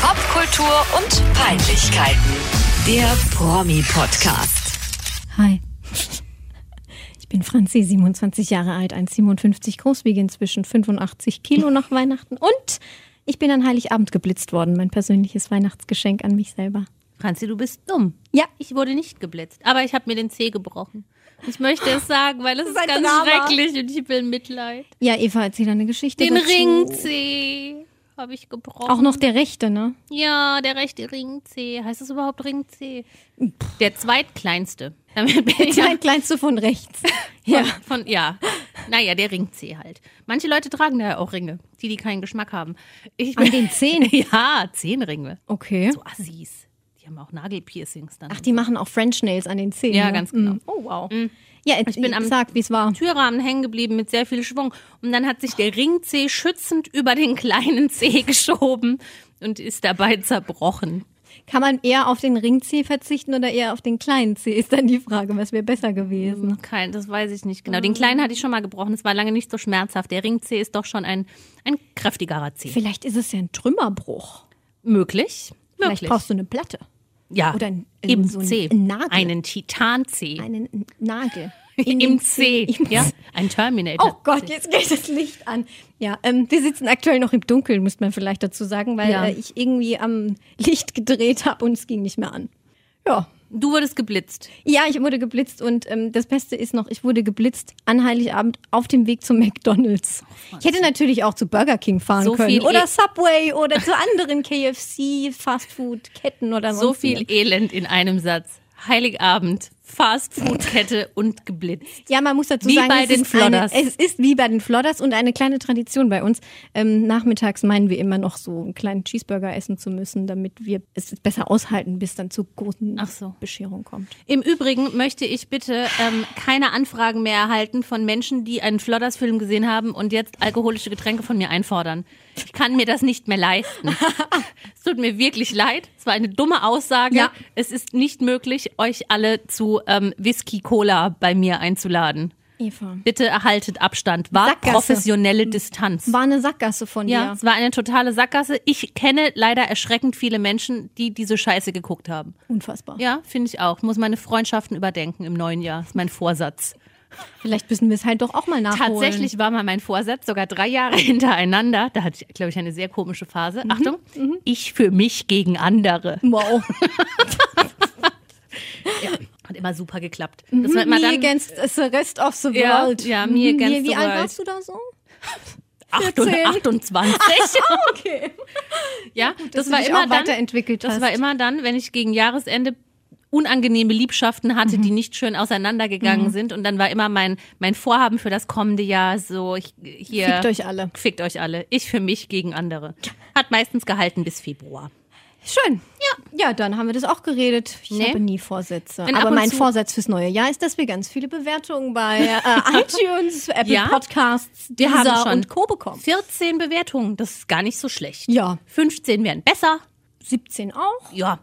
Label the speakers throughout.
Speaker 1: Popkultur und Peinlichkeiten. Der Promi-Podcast.
Speaker 2: Hi. Ich bin Franzi, 27 Jahre alt, 1,57 groß, wiege inzwischen 85 Kilo nach Weihnachten und ich bin an Heiligabend geblitzt worden. Mein persönliches Weihnachtsgeschenk an mich selber.
Speaker 3: Franzi, du bist dumm.
Speaker 2: Ja.
Speaker 3: Ich wurde nicht geblitzt, aber ich habe mir den Zeh gebrochen. Ich möchte es sagen, weil es ist,
Speaker 2: ein
Speaker 3: ganz
Speaker 2: Drama.
Speaker 3: schrecklich und ich will Mitleid.
Speaker 2: Ja, Eva, erzähl deine Geschichte.
Speaker 3: Den
Speaker 2: dazu.
Speaker 3: Ringzeh habe ich gebrochen.
Speaker 2: Auch noch der rechte, ne?
Speaker 3: Ja, der rechte Ringzeh. Heißt das überhaupt Ringzeh? Der zweitkleinste. Damit bin ich
Speaker 2: Der kleinste von rechts.
Speaker 3: ja. Von, ja. Naja, der Ringzeh halt. Manche Leute tragen da ja auch Ringe, die, die keinen Geschmack haben. Ich
Speaker 2: An den Zehen.
Speaker 3: Ja, Zehenringe.
Speaker 2: Okay.
Speaker 3: So Assis. Die haben auch Nagelpiercings dann.
Speaker 2: Ach, die machen auch French Nails an den Zähnen.
Speaker 3: Ja,
Speaker 2: ne?
Speaker 3: ganz genau.
Speaker 2: Mm. Oh, wow. Ja, ich
Speaker 3: bin am-
Speaker 2: sag, wie es war.
Speaker 3: Türrahmen hängen geblieben mit sehr viel Schwung. Und dann hat sich der Ringzeh schützend über den kleinen Zeh geschoben und ist dabei zerbrochen.
Speaker 2: Kann man eher auf den Ringzeh verzichten oder eher auf den kleinen Zeh? Ist dann die Frage, was wäre besser gewesen?
Speaker 3: Kein, das weiß ich nicht genau. Den kleinen hatte ich schon mal gebrochen. Es war lange nicht so schmerzhaft. Der Ringzeh ist doch schon ein, ein kräftigerer Zeh.
Speaker 2: Vielleicht ist es ja ein Trümmerbruch.
Speaker 3: Möglich.
Speaker 2: Vielleicht
Speaker 3: Möglich.
Speaker 2: brauchst du eine Platte.
Speaker 3: ja.
Speaker 2: oder ein-
Speaker 3: im
Speaker 2: so ein-
Speaker 3: Zeh.
Speaker 2: ein Nagel.
Speaker 3: Einen Titanzeh.
Speaker 2: Einen Nagel. In
Speaker 3: Im
Speaker 2: den
Speaker 3: Zeh.
Speaker 2: Im
Speaker 3: Ja,
Speaker 2: Zeh.
Speaker 3: ein Terminator.
Speaker 2: Oh Gott, jetzt geht das Licht an. Ja, ähm, wir sitzen aktuell noch im Dunkeln, müsste man vielleicht dazu sagen, weil
Speaker 3: Ja.
Speaker 2: äh, ich irgendwie am Licht gedreht habe und es ging nicht mehr an. Ja.
Speaker 3: Du wurdest geblitzt.
Speaker 2: Ja, ich wurde geblitzt und ähm, das Beste ist noch, ich wurde geblitzt an Heiligabend auf dem Weg zu McDonalds. ich hätte natürlich auch zu Burger King fahren
Speaker 3: So
Speaker 2: können
Speaker 3: viel
Speaker 2: oder
Speaker 3: E-
Speaker 2: Subway oder zu anderen KFC, Fastfood-Ketten oder
Speaker 3: So
Speaker 2: sonst
Speaker 3: viel Elend in einem Satz. Heiligabend, Fastfood-Kette und geblitzt.
Speaker 2: Ja, man muss dazu
Speaker 3: Wie
Speaker 2: sagen,
Speaker 3: bei
Speaker 2: es,
Speaker 3: den
Speaker 2: ist eine,
Speaker 3: Flodders.
Speaker 2: es ist wie bei den Flodders und eine kleine Tradition bei uns. Ähm, nachmittags meinen wir immer noch so einen kleinen Cheeseburger essen zu müssen, damit wir es besser aushalten, bis dann zur großen
Speaker 3: Ach so.
Speaker 2: Bescherung kommt.
Speaker 3: Im Übrigen möchte ich bitte ähm, keine Anfragen mehr erhalten von Menschen, die einen Flodders-Film gesehen haben und jetzt alkoholische Getränke von mir einfordern. Ich kann mir das nicht mehr leisten. es tut mir wirklich leid. Es war eine dumme Aussage.
Speaker 2: Ja.
Speaker 3: Es ist nicht möglich, euch alle zu ähm, Whisky-Cola bei mir einzuladen.
Speaker 2: Eva.
Speaker 3: Bitte erhaltet Abstand. War
Speaker 2: Sackgasse.
Speaker 3: professionelle Distanz.
Speaker 2: War eine Sackgasse von
Speaker 3: ja,
Speaker 2: dir.
Speaker 3: es war eine totale Sackgasse. Ich kenne leider erschreckend viele Menschen, die diese Scheiße geguckt haben.
Speaker 2: Unfassbar.
Speaker 3: Ja, finde ich auch. Muss meine Freundschaften überdenken im neuen Jahr. Ist mein Vorsatz.
Speaker 2: Vielleicht müssen wir es halt doch auch mal nachholen.
Speaker 3: Tatsächlich war mal mein Vorsatz sogar drei Jahre hintereinander. Da hatte ich, glaube ich, eine sehr komische
Speaker 2: Mhm,
Speaker 3: Phase. Achtung, ich für mich gegen andere.
Speaker 2: Wow.
Speaker 3: Hat immer super geklappt. Das war immer
Speaker 2: me
Speaker 3: dann
Speaker 2: against the rest of the
Speaker 3: Ja,
Speaker 2: world.
Speaker 3: ja, me
Speaker 2: Mhm.
Speaker 3: against
Speaker 2: wie,
Speaker 3: the
Speaker 2: alt
Speaker 3: world.
Speaker 2: warst du da so? 14.
Speaker 3: 28.
Speaker 2: Okay.
Speaker 3: Ja,
Speaker 2: dass
Speaker 3: Ah, das
Speaker 2: du
Speaker 3: war
Speaker 2: dich
Speaker 3: immer
Speaker 2: auch
Speaker 3: dann,
Speaker 2: weiterentwickelt
Speaker 3: das
Speaker 2: hast.
Speaker 3: war immer dann, wenn ich gegen Jahresende unangenehme Liebschaften hatte,
Speaker 2: Mhm.
Speaker 3: die nicht schön auseinandergegangen sind. Und dann war immer mein, mein Vorhaben für das kommende Jahr so, ich, hier.
Speaker 2: Fickt euch alle.
Speaker 3: Fickt euch alle. Ich für mich gegen andere. Hat meistens gehalten bis Februar.
Speaker 2: Schön. Ja. Ja, dann haben wir das auch geredet. Ich
Speaker 3: Nee.
Speaker 2: habe nie Vorsätze.
Speaker 3: Wenn ab
Speaker 2: Aber
Speaker 3: und
Speaker 2: mein
Speaker 3: zu-
Speaker 2: Vorsatz fürs neue Jahr ist, dass wir ganz viele Bewertungen bei äh, iTunes, Apple
Speaker 3: Ja?
Speaker 2: Podcasts,
Speaker 3: Wir haben
Speaker 2: Deezer
Speaker 3: schon.
Speaker 2: und Co. bekommen.
Speaker 3: 14 Bewertungen, das ist gar nicht so schlecht.
Speaker 2: Ja.
Speaker 3: 15 wären besser.
Speaker 2: 17 auch.
Speaker 3: Ja.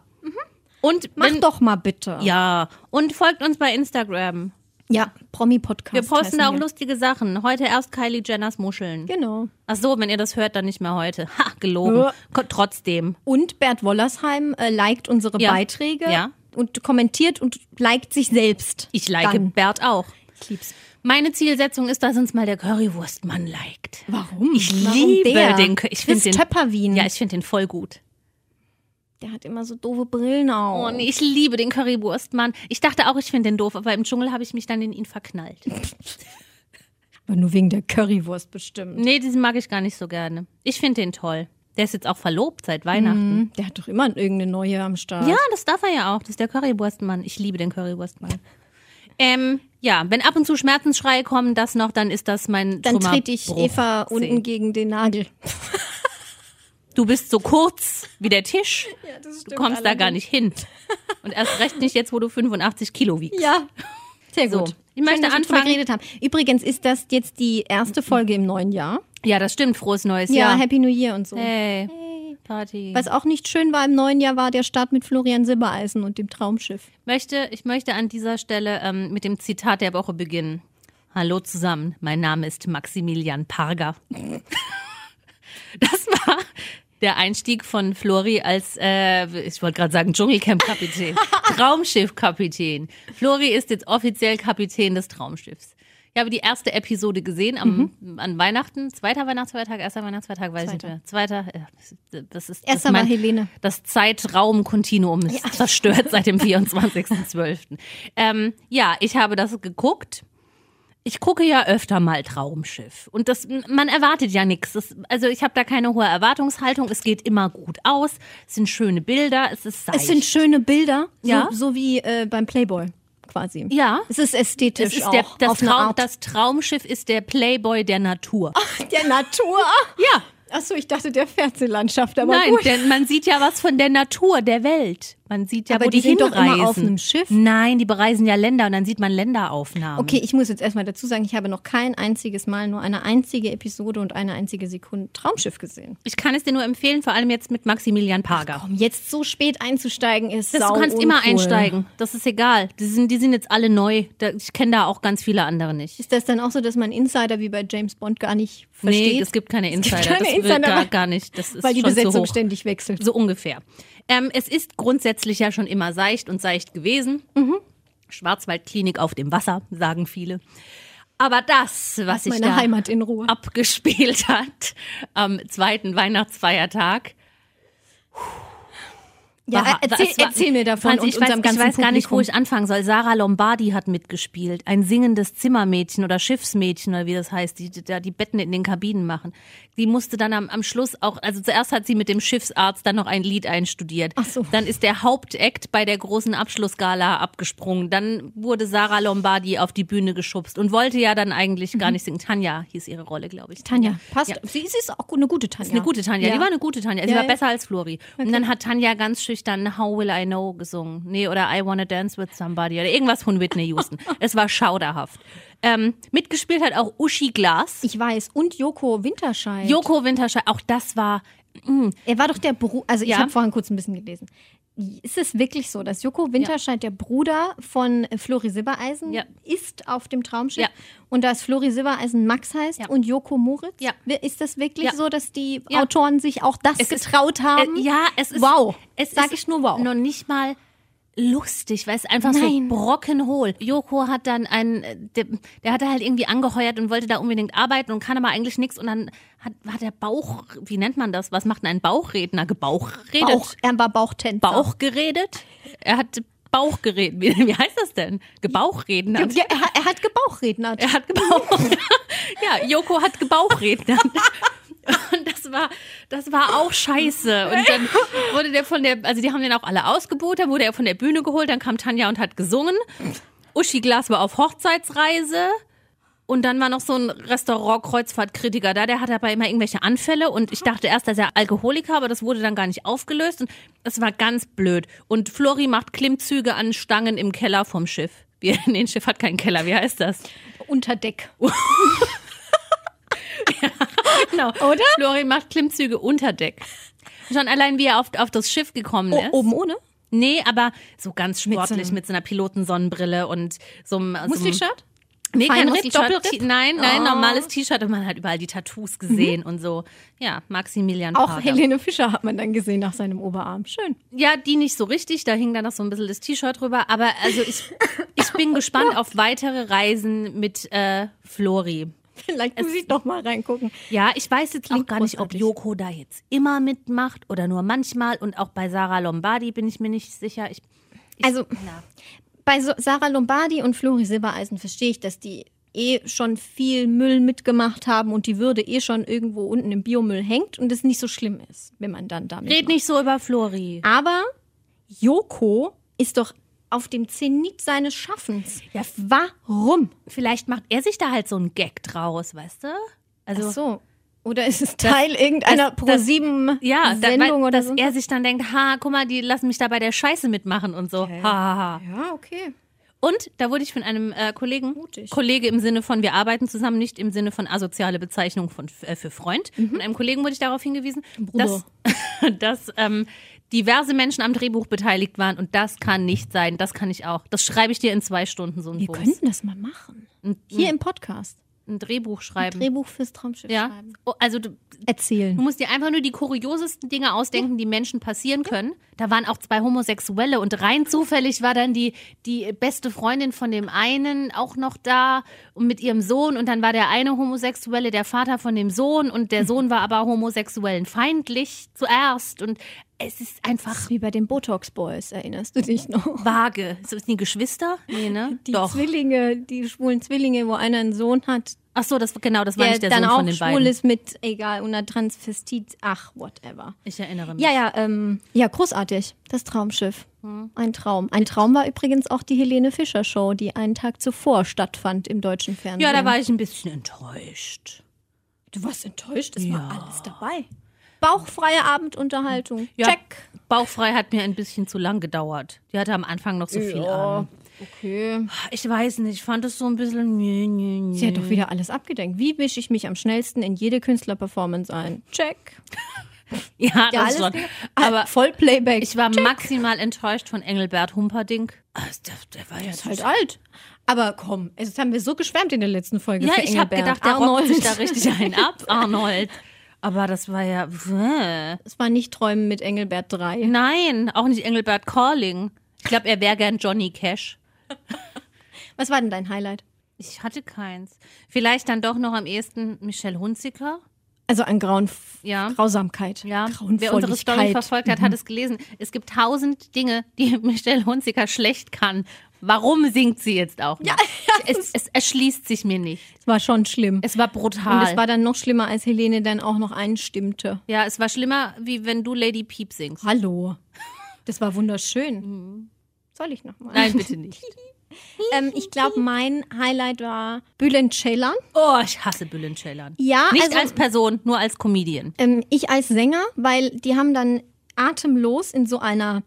Speaker 3: Und
Speaker 2: Mhm. Mach
Speaker 3: wenn,
Speaker 2: doch mal bitte.
Speaker 3: Ja. Und folgt uns bei Instagram.
Speaker 2: Ja, Promi-Podcast.
Speaker 3: Wir posten
Speaker 2: heißen
Speaker 3: da auch
Speaker 2: wir.
Speaker 3: lustige Sachen. Heute erst Kylie Jenners Muscheln.
Speaker 2: Genau.
Speaker 3: Ach so, wenn ihr das hört, dann nicht mehr heute. Ha, gelogen.
Speaker 2: Ja.
Speaker 3: Ko- Trotzdem.
Speaker 2: Und Bert Wollersheim äh, liked unsere
Speaker 3: Ja.
Speaker 2: Beiträge
Speaker 3: Ja.
Speaker 2: und kommentiert und liked sich selbst.
Speaker 3: Ich like
Speaker 2: Dann.
Speaker 3: Bert auch.
Speaker 2: Ich lieb's.
Speaker 3: Meine Zielsetzung ist, dass uns mal der Currywurstmann liked.
Speaker 2: Warum?
Speaker 3: Ich
Speaker 2: Warum
Speaker 3: liebe
Speaker 2: der?
Speaker 3: den. Cur- Ich finde
Speaker 2: Chris
Speaker 3: den.
Speaker 2: Töpperwien.
Speaker 3: Ja, ich finde den voll gut.
Speaker 2: Der hat immer so doofe Brillen auf.
Speaker 3: Und ich liebe den Currywurstmann. Ich dachte auch, ich finde den doof, aber im Dschungel habe ich mich dann in ihn verknallt.
Speaker 2: Aber nur wegen der Currywurst bestimmt.
Speaker 3: Nee, diesen mag ich gar nicht so gerne. Ich finde den toll. Der ist jetzt auch verlobt seit Weihnachten.
Speaker 2: Hm, Der hat doch immer irgendeine neue am Start.
Speaker 3: Ja, das darf er ja auch. Das ist der Currywurstmann. Ich liebe den Currywurstmann. Ähm, ja, wenn ab und zu Schmerzensschreie kommen, das noch, dann ist das mein
Speaker 2: Dann
Speaker 3: Trümmerbruch.
Speaker 2: trete ich Eva unten gegen den Nagel.
Speaker 3: Du bist so kurz wie der Tisch.
Speaker 2: das
Speaker 3: Du kommst da gar nicht hin. Und erst recht nicht jetzt, wo du 85 Kilo wiegst.
Speaker 2: Ja. Sehr
Speaker 3: So,
Speaker 2: gut.
Speaker 3: ich möchte
Speaker 2: dass wir drüber
Speaker 3: anfangen.
Speaker 2: geredet haben. Übrigens ist das jetzt die erste Folge im neuen Jahr.
Speaker 3: Ja, das stimmt. Frohes Neues
Speaker 2: Ja,
Speaker 3: Jahr.
Speaker 2: Happy New Year und so.
Speaker 3: hey. Party.
Speaker 2: Was auch nicht schön war im neuen Jahr, war der Start mit Florian Silbereisen und dem Traumschiff.
Speaker 3: möchte, ich möchte an dieser Stelle ähm, mit dem Zitat der Woche beginnen. Hallo zusammen, mein Name ist Maximilian Parger. Das war der Einstieg von Flori als, äh, ich wollte gerade sagen, Dschungelcamp-Kapitän, Traumschiff-Kapitän. Flori ist jetzt offiziell Kapitän des Traumschiffs. Ich habe die erste Episode gesehen am,
Speaker 2: Mhm.
Speaker 3: an Weihnachten, zweiter Weihnachtsfeiertag, erster Weihnachtsfeiertag, weiß ich nicht
Speaker 2: Zweiter.
Speaker 3: mehr. Zweiter, äh, das ist
Speaker 2: Erster
Speaker 3: das
Speaker 2: war Helene.
Speaker 3: Das Zeitraumkontinuum ist zerstört seit dem 24.12. ähm, ja, ich habe das geguckt ich gucke ja öfter mal Traumschiff und das man erwartet ja nichts. Also ich habe da keine hohe Erwartungshaltung. Es geht immer gut aus. Es sind schöne Bilder. Es ist seicht.
Speaker 2: Es sind schöne Bilder,
Speaker 3: Ja.
Speaker 2: so, so wie äh, beim Playboy quasi.
Speaker 3: Ja.
Speaker 2: Es ist ästhetisch
Speaker 3: es ist
Speaker 2: auch
Speaker 3: der, das,
Speaker 2: auf eine
Speaker 3: Traum,
Speaker 2: Art
Speaker 3: das Traumschiff ist der Playboy der Natur.
Speaker 2: der Natur.
Speaker 3: Ja,
Speaker 2: Achso, ich dachte der Fernsehlandschaft, aber
Speaker 3: nein,
Speaker 2: gut.
Speaker 3: denn man sieht ja was von der Natur, der Welt. Man sieht ja,
Speaker 2: Aber
Speaker 3: wo
Speaker 2: die
Speaker 3: die,
Speaker 2: sind doch
Speaker 3: hinreisen.
Speaker 2: immer auf einem Schiff.
Speaker 3: Nein, die bereisen ja Länder und dann sieht man Länderaufnahmen.
Speaker 2: Okay, ich muss jetzt erstmal dazu sagen, ich habe noch kein einziges Mal nur eine einzige Episode und eine einzige Sekunde Traumschiff gesehen.
Speaker 3: Ich kann es dir nur empfehlen, vor allem jetzt mit Maximilian Parger.
Speaker 2: Um jetzt so spät einzusteigen ist
Speaker 3: Das,
Speaker 2: sau
Speaker 3: du kannst
Speaker 2: uncool.
Speaker 3: immer einsteigen. Das ist egal. Die sind, die sind jetzt alle neu. Da, ich kenne da auch ganz viele andere nicht.
Speaker 2: Ist das dann auch so, dass man Insider wie bei James Bond gar nicht versteht?
Speaker 3: Nee, es gibt keine
Speaker 2: Es gibt
Speaker 3: Insider.
Speaker 2: keine
Speaker 3: das
Speaker 2: Insider,
Speaker 3: wird gar,
Speaker 2: weil-
Speaker 3: gar nicht. Das ist
Speaker 2: weil die
Speaker 3: schon zu
Speaker 2: Besetzung
Speaker 3: hoch.
Speaker 2: ständig wechselt.
Speaker 3: So ungefähr. Ähm, es ist grundsätzlich ja schon immer seicht und seicht gewesen.
Speaker 2: Mhm.
Speaker 3: Schwarzwaldklinik auf dem Wasser, sagen viele. Aber das, was ich
Speaker 2: Meine
Speaker 3: da
Speaker 2: Heimat in Ruhe.
Speaker 3: abgespielt hat am zweiten Weihnachtsfeiertag,
Speaker 2: ja,
Speaker 3: War-
Speaker 2: erzähl,
Speaker 3: es war-
Speaker 2: erzähl mir davon
Speaker 3: Franzi,
Speaker 2: und
Speaker 3: ich weiß,
Speaker 2: unserem ganzen
Speaker 3: Ich weiß gar nicht, wo
Speaker 2: Publikum.
Speaker 3: ich anfangen soll. Sarah Lombardi hat mitgespielt. Ein singendes Zimmermädchen oder Schiffsmädchen oder wie das heißt, die die da die Betten in den Kabinen machen. Die musste dann am, am Schluss auch, also zuerst hat sie mit dem Schiffsarzt dann noch ein Lied einstudiert.
Speaker 2: Ach so.
Speaker 3: Dann ist der Hauptakt bei der großen Abschlussgala abgesprungen. Dann wurde Sarah Lombardi auf die Bühne geschubst und wollte ja dann eigentlich gar nicht singen. Tanja hieß ihre Rolle, glaube ich.
Speaker 2: Mhm. Tanja, passt.
Speaker 3: Ja.
Speaker 2: Sie, sie ist auch gut- eine gute Tanja.
Speaker 3: Ist eine gute Tanja. Die war eine gute Tanja. Sie
Speaker 2: Ja,
Speaker 3: war
Speaker 2: ja.
Speaker 3: besser als Flori. Und dann hat Tanja ganz schüchtern How Will I Know gesungen. Nee, oder I Wanna Dance With Somebody oder irgendwas von Whitney Houston. es war schauderhaft. Ähm, mitgespielt hat auch Uschi Glas.
Speaker 2: ich weiß. Und Joko Winterscheid.
Speaker 3: Joko Winterscheid, auch das war,
Speaker 2: er war doch der Bruder, also ich
Speaker 3: Ja.
Speaker 2: habe vorhin kurz ein bisschen gelesen. Ist es wirklich so, dass Joko Winterscheid der Bruder von äh, Flori Silbereisen
Speaker 3: Ja.
Speaker 2: ist auf dem Traumschiff
Speaker 3: Ja.
Speaker 2: und dass Flori Silbereisen Max heißt
Speaker 3: Ja.
Speaker 2: und Joko Moritz?
Speaker 3: Ja.
Speaker 2: Wi- Ist das wirklich
Speaker 3: Ja.
Speaker 2: so, dass die
Speaker 3: Ja.
Speaker 2: Autoren sich auch das
Speaker 3: Es ist-
Speaker 2: getraut haben?
Speaker 3: Äh, ja, es ist.
Speaker 2: Ähm, Wow.
Speaker 3: Es
Speaker 2: Sag
Speaker 3: ist
Speaker 2: ich nur wow.
Speaker 3: Noch nicht mal lustig, weil es einfach
Speaker 2: Nein.
Speaker 3: so brockenhohl. Joko hat dann einen, äh, der, der hatte halt irgendwie angeheuert und wollte da unbedingt arbeiten und kann aber eigentlich nichts und dann hat, hat der Bauch, wie nennt man das? Was macht denn ein Bauchredner? Gebauchredet?
Speaker 2: Bauch, er war Bauchtänzer.
Speaker 3: Bauch geredet? Er hat Bauch geredet. Wie, wie heißt das denn? Gebauchredner.
Speaker 2: Ja, er, hat- er hat Gebauchredner.
Speaker 3: Er hat Gebauch. ja, Joko hat Gebauchredner. Und das war, das war auch scheiße. Und dann wurde der von der, also die haben den auch alle ausgebucht, dann wurde er von der Bühne geholt, dann kam Tanja und hat gesungen. Uschi Glas war auf Hochzeitsreise. Und dann war noch so ein Restaurant-Kreuzfahrtkritiker da, der hatte aber immer irgendwelche Anfälle und ich dachte erst, dass er Alkoholiker, aber das wurde dann gar nicht aufgelöst und das war ganz blöd. Und Flori macht Klimmzüge an Stangen im Keller vom Schiff. Wir, nee, ein Schiff hat keinen Keller, wie heißt das?
Speaker 2: Unter Deck.
Speaker 3: Genau.
Speaker 2: Oder?
Speaker 3: Florian macht Klimmzüge unter Deck. Schon allein, wie er auf, auf das Schiff gekommen
Speaker 2: O-
Speaker 3: ist.
Speaker 2: oben ohne?
Speaker 3: Nee, aber so ganz sportlich
Speaker 2: oh. einem-
Speaker 3: mit so einer Pilotensonnenbrille und so einem. so einem-
Speaker 2: Muskelshirt?
Speaker 3: Nee, kein
Speaker 2: Feinripp,
Speaker 3: Rippshirt.
Speaker 2: Doppelripp?
Speaker 3: T- Nein,
Speaker 2: Oh.
Speaker 3: nein, normales T-Shirt und man hat überall die Tattoos gesehen und so. Ja, Maximilian
Speaker 2: Mhm. Auch
Speaker 3: Parker.
Speaker 2: Helene Fischer hat man dann gesehen nach seinem Oberarm. Schön.
Speaker 3: Ja, die nicht so richtig, da hing dann noch so ein bisschen das T-Shirt drüber, aber also ich, ich bin gespannt auf weitere Reisen mit äh, Flori.
Speaker 2: Vielleicht muss ich doch mal reingucken.
Speaker 3: Ja, ich weiß jetzt auch
Speaker 2: Klingt
Speaker 3: gar nicht, ob
Speaker 2: großartig.
Speaker 3: Joko da jetzt immer mitmacht oder nur manchmal. Und auch bei Sarah Lombardi bin ich mir nicht sicher. Ich, ich,
Speaker 2: Also-
Speaker 3: na,
Speaker 2: Bei so Sarah Lombardi und Flori Silbereisen verstehe ich, dass die eh schon viel Müll mitgemacht haben und die Würde eh schon irgendwo unten im Biomüll hängt und es nicht so schlimm ist, wenn man dann damit.
Speaker 3: red nicht so über Flori.
Speaker 2: Aber Joko ist doch auf dem Zenit seines Schaffens.
Speaker 3: Ja,
Speaker 2: Warum?
Speaker 3: vielleicht macht er sich da halt so einen Gag draus, weißt du? Also,
Speaker 2: Ach so. Oder ist es Teil irgendeiner
Speaker 3: das- das-
Speaker 2: ProSieben
Speaker 3: ja, da, weil,
Speaker 2: Sendung oder
Speaker 3: dass
Speaker 2: so?
Speaker 3: er sich dann denkt, ha, guck mal, die lassen mich da bei der Scheiße mitmachen und so. Ha, ha, ha.
Speaker 2: Ja, okay.
Speaker 3: Und da wurde ich von einem äh, Kollegen,
Speaker 2: Mutig.
Speaker 3: Kollege im Sinne von wir arbeiten zusammen, nicht im Sinne von asoziale Bezeichnung von, äh, für Freund. Von einem Kollegen wurde ich darauf hingewiesen,
Speaker 2: Mhm. Bruder.
Speaker 3: dass, dass ähm, diverse Menschen am Drehbuch beteiligt waren und das kann nicht sein. Das kann ich auch. Das schreibe ich dir in zwei Stunden so ein
Speaker 2: Wir
Speaker 3: Bums.
Speaker 2: könnten das mal machen. Hier im Podcast.
Speaker 3: ein Drehbuch schreiben.
Speaker 2: Drehbuch fürs Traumschiff
Speaker 3: Mhm. ja.
Speaker 2: schreiben.
Speaker 3: Oh, Also du, du
Speaker 2: Erzählen.
Speaker 3: musst dir einfach nur die kuriosesten Dinge ausdenken, die Menschen passieren können. Da waren auch zwei Homosexuelle und rein zufällig war dann die, die beste Freundin von dem einen auch noch da und mit ihrem Sohn und dann war der eine Homosexuelle der Vater von dem Sohn und der Sohn war aber Homosexuellen feindlich zuerst und es ist einfach
Speaker 2: Wie bei den Botox Boys, erinnerst du dich noch?
Speaker 3: vage. Sind die Geschwister? Nee, ne?
Speaker 2: Die
Speaker 3: Doch.
Speaker 2: Zwillinge, die schwulen Zwillinge, wo einer einen Sohn hat,
Speaker 3: Ach so, das genau, das war
Speaker 2: der,
Speaker 3: nicht der
Speaker 2: dann
Speaker 3: Sohn
Speaker 2: auch
Speaker 3: von den
Speaker 2: schwul
Speaker 3: beiden.
Speaker 2: ist mit, egal, oder Transvestit, ach, whatever.
Speaker 3: ich erinnere mich.
Speaker 2: Ja, ja, ähm, ja, großartig. Das Traumschiff.
Speaker 3: Hm.
Speaker 2: Ein Traum. Ein Traum war übrigens auch die Helene Fischer Show, die einen Tag zuvor stattfand im deutschen Fernsehen.
Speaker 3: ja, da war ich ein bisschen enttäuscht.
Speaker 2: Du warst enttäuscht, es war alles dabei. Bauchfreie Abendunterhaltung.
Speaker 3: Ja.
Speaker 2: Check.
Speaker 3: Bauchfrei hat mir ein bisschen zu lang gedauert. Die hatte am Anfang noch so viel Ahnung.
Speaker 2: Okay.
Speaker 3: Ich weiß nicht, ich fand es so ein bisschen. nö, nö, nö.
Speaker 2: Sie hat doch wieder alles abgedenkt. Wie mische ich mich am schnellsten in jede Künstlerperformance ein? Check.
Speaker 3: Ja, das
Speaker 2: alles
Speaker 3: schon.
Speaker 2: ge-
Speaker 3: Aber
Speaker 2: Ah, Vollplayback.
Speaker 3: ich war maximal enttäuscht von Engelbert Humperdinck. Ah, Der, der war ja
Speaker 2: ist halt alt. Aber komm, es haben wir so geschwärmt in der letzten Folge.
Speaker 3: Ja,
Speaker 2: für
Speaker 3: ich habe
Speaker 2: Engelbert. Ah,
Speaker 3: gedacht, der
Speaker 2: Arnold.
Speaker 3: rockt sich da richtig einen ab, Arnold. Aber das war ja. Bäh.
Speaker 2: Es war nicht Träumen mit Engelbert 3.
Speaker 3: Nein, auch nicht Engelbert Calling. Ich glaube, er wäre gern Johnny Cash.
Speaker 2: Was war denn dein Highlight?
Speaker 3: Ich hatte keins. Vielleicht dann doch noch am ehesten Michelle Hunziker.
Speaker 2: Also an Grauen
Speaker 3: Ja.
Speaker 2: Grausamkeit.
Speaker 3: Ja, wer unsere Story
Speaker 2: Grauenvolligkeit.
Speaker 3: verfolgt hat, hat es gelesen. Es gibt tausend Dinge, die Michelle Hunziker schlecht kann. Warum singt sie jetzt auch? Nicht? Ja, es, es erschließt sich mir nicht.
Speaker 2: Es war schon schlimm.
Speaker 3: Es war
Speaker 2: Und
Speaker 3: brutal.
Speaker 2: es war dann noch schlimmer, als Helene dann auch noch einstimmte.
Speaker 3: ja, es war schlimmer, wie wenn du Lady Peep singst.
Speaker 2: Hallo. Das war wunderschön. Soll ich nochmal?
Speaker 3: Mhm. Nein, bitte nicht.
Speaker 2: Ähm, ich glaube, mein Highlight war Bülent Ceylan.
Speaker 3: Oh, ich hasse Bülent Ceylan.
Speaker 2: Ja,
Speaker 3: Nicht
Speaker 2: also,
Speaker 3: als Person, nur als Comedian.
Speaker 2: Ähm, ich als Sänger, weil die haben dann atemlos in so einer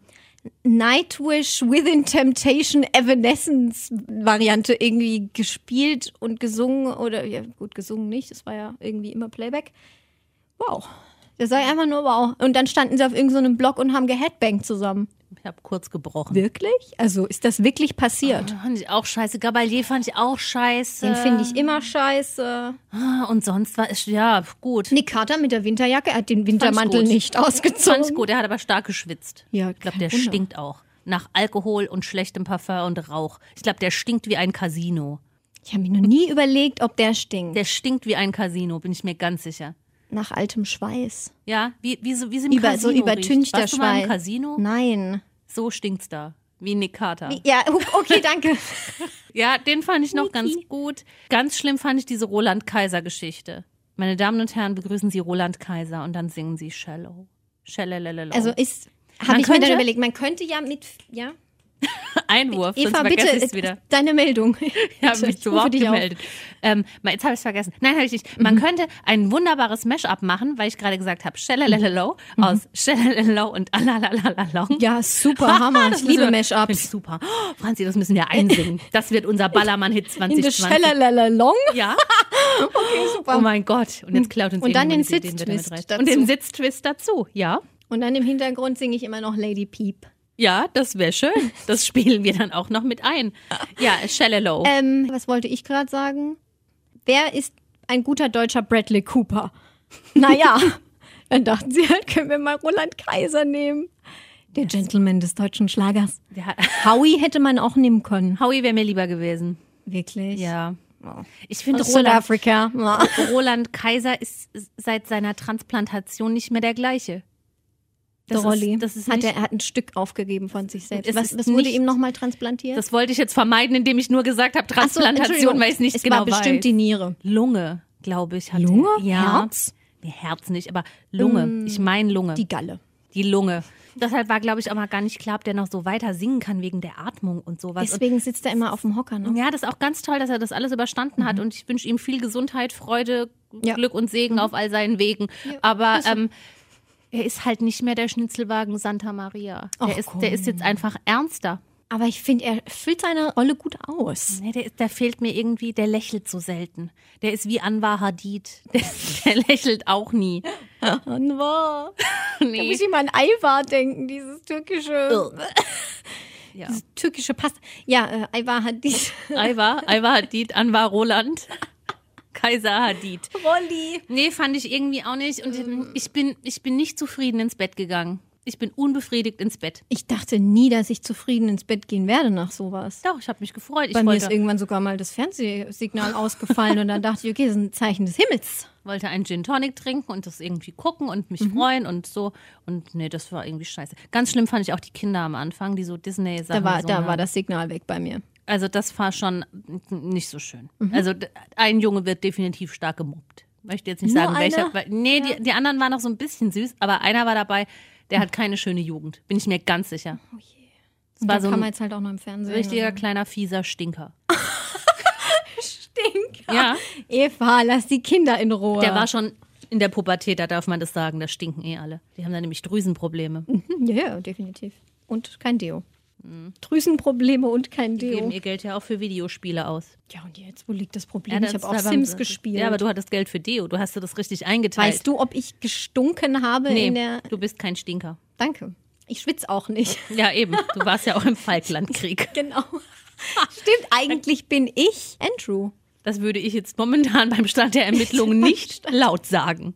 Speaker 2: Nightwish Within Temptation Evanescence Variante irgendwie gespielt und gesungen oder ja, gut gesungen nicht, es war ja irgendwie immer Playback. Wow. Da sag ich einfach nur wow. Und dann standen sie auf irgendeinem so Block und haben geheadbangt zusammen.
Speaker 3: Ich habe kurz gebrochen.
Speaker 2: Wirklich? Also ist das wirklich passiert?
Speaker 3: Fand ich auch scheiße. Gabalier fand ich auch scheiße.
Speaker 2: Den finde ich immer scheiße.
Speaker 3: Ah, Und sonst war es, ja, gut.
Speaker 2: Nick Carter mit der Winterjacke er hat den Wintermantel
Speaker 3: gut.
Speaker 2: nicht ausgezogen.
Speaker 3: Fand ich gut, er hat aber stark geschwitzt.
Speaker 2: Ja,
Speaker 3: ich glaube,
Speaker 2: kein
Speaker 3: der
Speaker 2: Wunder.
Speaker 3: stinkt auch. Nach Alkohol und schlechtem Parfum und Rauch. Ich glaube, der stinkt wie ein Casino.
Speaker 2: Ich habe mir noch nie überlegt, ob der stinkt.
Speaker 3: Der stinkt wie ein Casino, bin ich mir ganz sicher.
Speaker 2: Nach altem Schweiß.
Speaker 3: Ja, wie, wie, so, wie sie im
Speaker 2: Über, so
Speaker 3: Casino
Speaker 2: übertünchter
Speaker 3: riecht. Warst du mal
Speaker 2: Schweiß.
Speaker 3: im Casino? Ah.
Speaker 2: Nein.
Speaker 3: So stinkt's da. Wie Nick Carter.
Speaker 2: Ja, o- okay, danke.
Speaker 3: Ja, den fand ich noch ganz gut. Ganz schlimm fand ich diese Roland-Kaiser-Geschichte. Meine Damen und Herren, begrüßen Sie Roland Kaiser und dann singen Sie Shallow. Shallalalalau.
Speaker 2: Also ist,
Speaker 3: Man
Speaker 2: habe ich mir
Speaker 3: könnte-
Speaker 2: dann überlegt, man könnte ja mit, ja.
Speaker 3: Einwurf,
Speaker 2: E- Eva,
Speaker 3: sonst vergesse
Speaker 2: bitte, äh,
Speaker 3: ich's wieder.
Speaker 2: deine Meldung.
Speaker 3: Ich habe mich
Speaker 2: Ich
Speaker 3: zu
Speaker 2: rufe
Speaker 3: Wort
Speaker 2: dich auf. Mhm.
Speaker 3: gemeldet. Ähm, mal- jetzt habe ich es vergessen. Nein, habe ich nicht. Man könnte ein wunderbares Mash-up machen, weil ich gerade gesagt habe, Shalalalalalo aus Shalalalau und Alalalalalong.
Speaker 2: Mhm. Ja, super Hammer.
Speaker 3: Das
Speaker 2: ich liebe
Speaker 3: müssen wir- Finde ich
Speaker 2: Mashups.
Speaker 3: Super. Oh, Franzi, das müssen wir einsingen. Das wird unser Ballermann-Hit
Speaker 2: In der
Speaker 3: 2020.
Speaker 2: Schellalalong.
Speaker 3: Ja,
Speaker 2: Super.
Speaker 3: oh mein Gott. Und jetzt klaut uns
Speaker 2: Und dann
Speaker 3: irgendjemand
Speaker 2: den
Speaker 3: die Ideen wieder mit
Speaker 2: Sitztwist
Speaker 3: rein. Und den
Speaker 2: dazu.
Speaker 3: Sitztwist dazu, ja.
Speaker 2: Und dann im Hintergrund singe ich immer noch Lady Peep.
Speaker 3: Ja, das wäre schön. Das spielen wir dann auch noch mit ein. Ja, Shalalow.
Speaker 2: Ähm, was wollte ich gerade sagen? Wer ist ein guter deutscher Bradley Cooper? Naja, dann dachten sie halt, können wir mal Roland Kaiser nehmen. Der Gentleman des deutschen Schlagers.
Speaker 3: Ja,
Speaker 2: Howie hätte man auch nehmen können.
Speaker 3: Howie wäre mir lieber gewesen.
Speaker 2: Wirklich?
Speaker 3: Ja. Oh. Ich finde
Speaker 2: Aus Roland. Ah,
Speaker 3: Roland
Speaker 2: Südafrika. Ja.
Speaker 3: Roland Kaiser ist seit seiner Transplantation nicht mehr der gleiche. Das
Speaker 2: Der Rolli.
Speaker 3: Ist, das, ist
Speaker 2: hat
Speaker 3: nicht,
Speaker 2: er, er hat ein Stück aufgegeben von sich selbst.
Speaker 3: Es
Speaker 2: Was,
Speaker 3: ist
Speaker 2: was wurde
Speaker 3: nicht-
Speaker 2: ihm nochmal transplantiert?
Speaker 3: das wollte ich jetzt vermeiden, indem ich nur gesagt habe
Speaker 2: Ach so,
Speaker 3: Transplantation,
Speaker 2: Entschuldigung.
Speaker 3: weil ich es nicht
Speaker 2: es
Speaker 3: genau
Speaker 2: war bestimmt
Speaker 3: weiß.
Speaker 2: die Niere.
Speaker 3: Lunge, glaube ich, hatte
Speaker 2: Lunge?
Speaker 3: er. Ja.
Speaker 2: Herz?
Speaker 3: Nee, Herz nicht, aber Lunge. ich meine Lunge.
Speaker 2: Mm. Die Galle.
Speaker 3: Die Lunge. Deshalb war, glaube ich, auch mal gar nicht klar, ob der noch so weiter singen kann wegen der Atmung und sowas. Und
Speaker 2: Deswegen sitzt er immer auf dem Hocker. Ne?
Speaker 3: Also Ja, das ist auch ganz toll, dass er das alles überstanden hat und ich wünsche ihm viel Gesundheit, Freude,
Speaker 2: Ja.
Speaker 3: Glück und Segen auf all seinen Wegen. Aber ähm, er ist halt nicht mehr der Schnitzelwagen Santa Maria. Der,
Speaker 2: Ach,
Speaker 3: ist, der ist jetzt einfach ernster.
Speaker 2: Aber ich finde, er füllt seine Rolle gut aus.
Speaker 3: Nee, der, ist, der fehlt mir irgendwie, der lächelt so selten. Der ist wie Anwar Hadid. Der, der lächelt auch nie.
Speaker 2: Anwar. Da
Speaker 3: Nee.
Speaker 2: muss ich mal an Ayvar denken, dieses türkische,
Speaker 3: Ja.
Speaker 2: dieses türkische Pasta. Ja, äh, Ayvar hat diese
Speaker 3: Ayvar, Ayvar Hadid, Anwar Roland. Kaiser Hadid.
Speaker 2: Rolli.
Speaker 3: Nee, fand ich irgendwie auch nicht. Und ich, bin, ich bin nicht zufrieden ins Bett gegangen. Ich bin unbefriedigt ins Bett.
Speaker 2: Ich dachte nie, dass ich zufrieden ins Bett gehen werde nach sowas.
Speaker 3: Doch, ich habe mich gefreut. Ich
Speaker 2: Bei mir ist
Speaker 3: wollte,
Speaker 2: irgendwann sogar mal das Fernsehsignal ausgefallen und dann dachte ich, okay, das ist ein Zeichen des Himmels.
Speaker 3: wollte einen Gin Tonic trinken und das irgendwie gucken und
Speaker 2: Mhm.
Speaker 3: mich freuen und so. Und nee, das war irgendwie scheiße. Ganz schlimm fand ich auch die Kinder am Anfang, die so Disney-Sachen.
Speaker 2: Da war,
Speaker 3: so
Speaker 2: da
Speaker 3: haben.
Speaker 2: war das Signal weg bei mir.
Speaker 3: Also das war schon nicht so schön.
Speaker 2: Mhm.
Speaker 3: Also d- ein Junge wird definitiv stark gemobbt. Möchte jetzt nicht
Speaker 2: Nur
Speaker 3: sagen, welcher.
Speaker 2: einer?
Speaker 3: Weil, nee, die, die anderen waren noch so ein bisschen süß, aber einer war dabei, der hat keine schöne Jugend. Bin ich mir ganz sicher.
Speaker 2: Und
Speaker 3: war
Speaker 2: Oh da
Speaker 3: so
Speaker 2: kam
Speaker 3: ein
Speaker 2: jetzt halt auch noch im Fernsehen.
Speaker 3: Richtiger kleiner fieser Stinker.
Speaker 2: Stink.
Speaker 3: Ja.
Speaker 2: Eva, lass die Kinder in Ruhe.
Speaker 3: Der war schon in der Pubertät, da darf man das sagen, da stinken eh alle. Die haben da nämlich Drüsenprobleme.
Speaker 2: schon. Ja, ja, definitiv. Und kein Deo. Drüsenprobleme und kein
Speaker 3: Hm. Die
Speaker 2: Deo.
Speaker 3: geben ihr Geld ja auch für Videospiele aus.
Speaker 2: Ja, und jetzt, wo liegt das Problem?
Speaker 3: Ja,
Speaker 2: ich
Speaker 3: das
Speaker 2: habe auch
Speaker 3: war beim-
Speaker 2: Sims gespielt.
Speaker 3: Ja, aber du hattest Geld für Deo, du hast dir das richtig eingeteilt.
Speaker 2: weißt du, ob ich gestunken habe
Speaker 3: nee,
Speaker 2: in der.
Speaker 3: du bist kein Stinker.
Speaker 2: Danke. Ich schwitze auch nicht.
Speaker 3: Ja, eben. Du warst ja auch im Falklandkrieg.
Speaker 2: Genau. Stimmt, eigentlich bin ich Andrew.
Speaker 3: Das würde ich jetzt momentan beim Stand der Ermittlungen nicht laut sagen.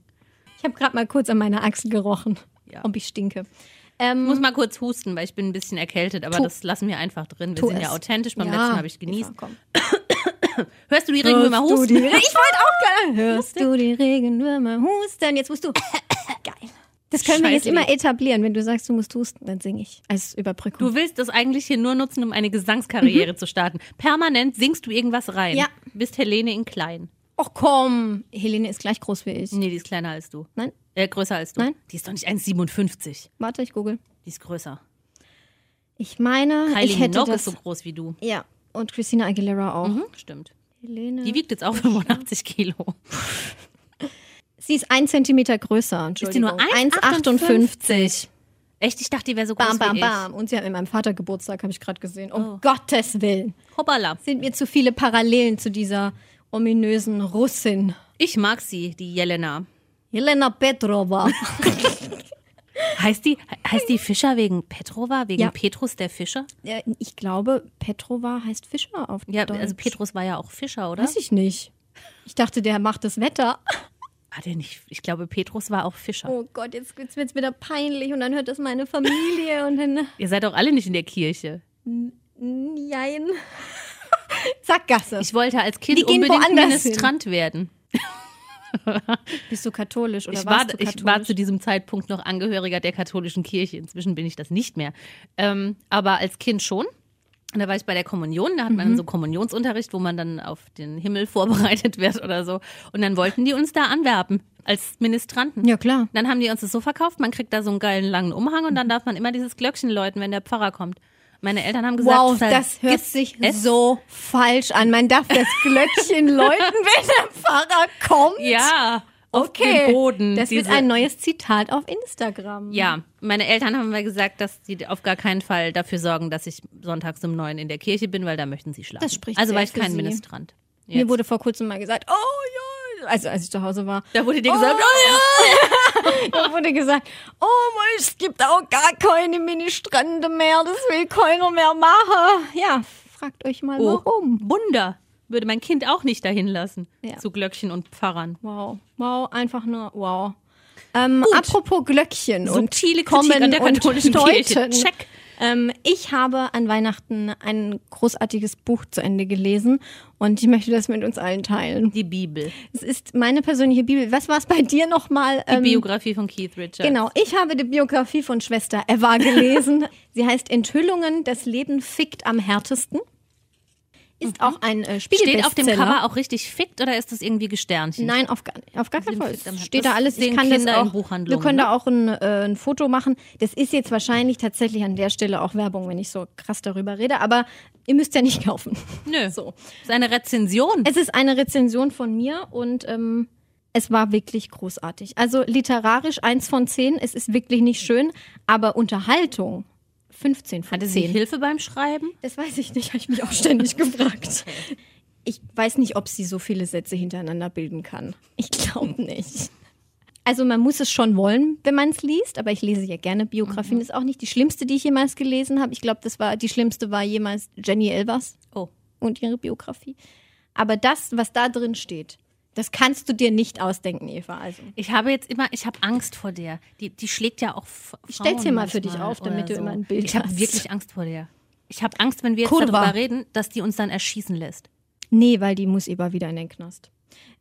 Speaker 2: Ich habe gerade mal kurz an meiner Achsel gerochen,
Speaker 3: Ja.
Speaker 2: ob ich stinke. Ähm,
Speaker 3: Ich muss mal kurz husten, weil ich bin ein bisschen erkältet, aber
Speaker 2: Tu-
Speaker 3: das lassen wir einfach drin. Wir
Speaker 2: Tu
Speaker 3: sind ja
Speaker 2: es.
Speaker 3: authentisch. Beim
Speaker 2: Ja,
Speaker 3: letzten Mal habe ich genießt.
Speaker 2: Eva, komm.
Speaker 3: Hörst du die Regenwürmer
Speaker 2: Hörst du
Speaker 3: husten?
Speaker 2: die- Ich wollte auch gerne. Hörst du die Regenwürmer husten? Jetzt musst du. Geil. Das können wir jetzt
Speaker 3: Scheiße.
Speaker 2: immer etablieren. Wenn du sagst, du musst husten, dann singe ich als Überbrückung.
Speaker 3: Du willst das eigentlich hier nur nutzen, um eine Gesangskarriere zu starten. Permanent singst du irgendwas rein.
Speaker 2: Mhm. Ja.
Speaker 3: Bist Helene in klein.
Speaker 2: Och komm, Helene ist gleich groß wie ich.
Speaker 3: Nee, die ist kleiner als du.
Speaker 2: Nein,
Speaker 3: Äh, größer als du.
Speaker 2: Nein.
Speaker 3: Die ist doch nicht 1,57.
Speaker 2: warte, ich google.
Speaker 3: Die ist größer.
Speaker 2: Ich meine,
Speaker 3: Kylie
Speaker 2: Ah, ich hätte
Speaker 3: Minogue ist
Speaker 2: das.
Speaker 3: so groß wie du.
Speaker 2: Ja, und Christina Aguilera auch.
Speaker 3: Mhm, stimmt.
Speaker 2: Helene.
Speaker 3: Die wiegt jetzt auch 85 Kilo.
Speaker 2: Sie ist ein Zentimeter größer.
Speaker 3: Ist die
Speaker 2: Entschuldigung.
Speaker 3: nur 1,58? Echt? Ich dachte, die wäre so groß
Speaker 2: Bam, bam,
Speaker 3: wie
Speaker 2: bam. Und sie haben in meinem Vater Geburtstag, habe ich gerade gesehen. Um Gottes Willen.
Speaker 3: ich. Hoppala.
Speaker 2: Sind mir zu viele Parallelen zu dieser ominösen Russin.
Speaker 3: Ich mag sie, die Jelena.
Speaker 2: Jelena Petrova.
Speaker 3: Heißt die, heißt die Fischer wegen Petrova? Wegen
Speaker 2: Ja.
Speaker 3: Petrus der Fischer?
Speaker 2: Ja, ich glaube, Petrova heißt Fischer auf
Speaker 3: Ja,
Speaker 2: Deutsch.
Speaker 3: also Petrus war ja auch Fischer, oder?
Speaker 2: Weiß ich nicht. Ich dachte, der macht das Wetter.
Speaker 3: War der nicht? Ich glaube, Petrus war auch Fischer.
Speaker 2: Oh Gott, jetzt wird's mir jetzt wieder peinlich und dann hört das meine Familie und dann.
Speaker 3: Ihr seid doch alle nicht in der Kirche.
Speaker 2: Nein. Sackgasse.
Speaker 3: Ich wollte als Kind
Speaker 2: Die gehen
Speaker 3: unbedingt
Speaker 2: woanders
Speaker 3: Ministrant werden.
Speaker 2: Bist du katholisch oder
Speaker 3: Ich war,
Speaker 2: warst du katholisch?
Speaker 3: ich war zu diesem Zeitpunkt noch Angehöriger der katholischen Kirche. Inzwischen bin ich das nicht mehr. Ähm, aber als Kind schon. Und da war ich bei der Kommunion, da hat
Speaker 2: Mhm.
Speaker 3: man so Kommunionsunterricht, wo man dann auf den Himmel vorbereitet wird oder so. Und dann wollten die uns da anwerben als Ministranten.
Speaker 2: ja, klar.
Speaker 3: Dann haben die uns das so verkauft, man kriegt da so einen geilen langen Umhang und dann darf man immer dieses Glöckchen läuten, wenn der Pfarrer kommt. Meine Eltern haben gesagt,
Speaker 2: Wow, das hört
Speaker 3: vergiss
Speaker 2: sich
Speaker 3: es.
Speaker 2: so falsch an. Man darf das Glöckchen läuten, wenn der Pfarrer kommt.
Speaker 3: Ja, auf
Speaker 2: okay.
Speaker 3: den Boden.
Speaker 2: Das
Speaker 3: diese,
Speaker 2: wird ein neues Zitat auf Instagram.
Speaker 3: ja, meine Eltern haben mir gesagt, dass sie auf gar keinen Fall dafür sorgen, dass ich sonntags um neun in der Kirche bin, weil da möchten sie schlafen.
Speaker 2: Das spricht
Speaker 3: also
Speaker 2: sehr
Speaker 3: war ich
Speaker 2: für
Speaker 3: kein
Speaker 2: sie.
Speaker 3: Ministrant.
Speaker 2: Mir wurde vor kurzem mal gesagt, oh ja, also als ich zu Hause war,
Speaker 3: da wurde dir gesagt, oh ja.
Speaker 2: da wurde gesagt, oh mein, es gibt auch gar keine Ministrande mehr, das will keiner mehr machen. Ja, fragt euch mal
Speaker 3: Oh,
Speaker 2: warum.
Speaker 3: Wunder. Würde mein Kind auch nicht dahin lassen.
Speaker 2: Ja.
Speaker 3: Zu Glöckchen und Pfarrern.
Speaker 2: Wow, wow, einfach nur wow. Ähm, apropos Glöckchen und
Speaker 3: Subtile
Speaker 2: kommen
Speaker 3: Kritik an der
Speaker 2: und
Speaker 3: katholischen Kirche.
Speaker 2: deuten.
Speaker 3: Check.
Speaker 2: Ähm, ich habe an Weihnachten ein großartiges Buch zu Ende gelesen und ich möchte das mit uns allen teilen.
Speaker 3: Die Bibel.
Speaker 2: Es ist meine persönliche Bibel. Was war es bei dir nochmal?
Speaker 3: Die Biografie von Keith Richards.
Speaker 2: Ähm, Genau, ich habe die Biografie von Schwester Eva gelesen. Sie heißt Enthüllungen, das Leben fickt am härtesten. Ist auch ein äh,
Speaker 3: Mhm. Steht auf dem
Speaker 2: Spiegelbestseller.
Speaker 3: Cover auch richtig fickt oder ist das irgendwie Gesternchen?
Speaker 2: Nein, auf, gar- auf gar keinen Fall.
Speaker 3: fickt am
Speaker 2: Es Steht da
Speaker 3: härtesten.
Speaker 2: alles. Ich
Speaker 3: Sehen
Speaker 2: kann das
Speaker 3: Kinder ne? in
Speaker 2: auch, wir
Speaker 3: Buchhandlungen,
Speaker 2: können da auch ein, äh, ein Foto machen. Das ist jetzt wahrscheinlich tatsächlich an der Stelle auch Werbung, wenn ich so krass darüber rede. Aber ihr müsst ja nicht kaufen.
Speaker 3: Nö.
Speaker 2: So.
Speaker 3: Ist eine Rezension.
Speaker 2: Es ist eine Rezension von mir und ähm, es war wirklich großartig. Also literarisch eins von zehn. Es ist wirklich nicht schön, aber Unterhaltung 15 von
Speaker 3: Hatte sie
Speaker 2: 10.
Speaker 3: Hilfe beim Schreiben?
Speaker 2: Das weiß ich nicht, habe ich mich auch ständig gefragt. Ich weiß nicht, ob sie so viele Sätze hintereinander bilden kann. Ich glaube nicht. Also man muss es schon wollen, wenn man es liest, aber ich lese ja gerne Biografien. Ist auch nicht die schlimmste, die ich jemals gelesen habe. Ich glaube, das war die schlimmste war jemals Jenny Elvers
Speaker 3: Oh.
Speaker 2: und ihre Biografie. Aber das, was da drin steht, Das kannst du dir nicht ausdenken, Eva. Also.
Speaker 3: Ich habe jetzt immer, ich habe Angst vor dir. Die, die schlägt ja auch F- Frauen
Speaker 2: Ich stell's hier mal für dich
Speaker 3: manchmal
Speaker 2: auf, damit
Speaker 3: oder
Speaker 2: du immer ein Bild
Speaker 3: Ich habe
Speaker 2: hast.
Speaker 3: wirklich Angst vor dir. Ich habe Angst, wenn wir jetzt
Speaker 2: Kurwa.
Speaker 3: darüber reden, dass die uns dann erschießen lässt.
Speaker 2: Nee, weil die muss Eva wieder in den Knast.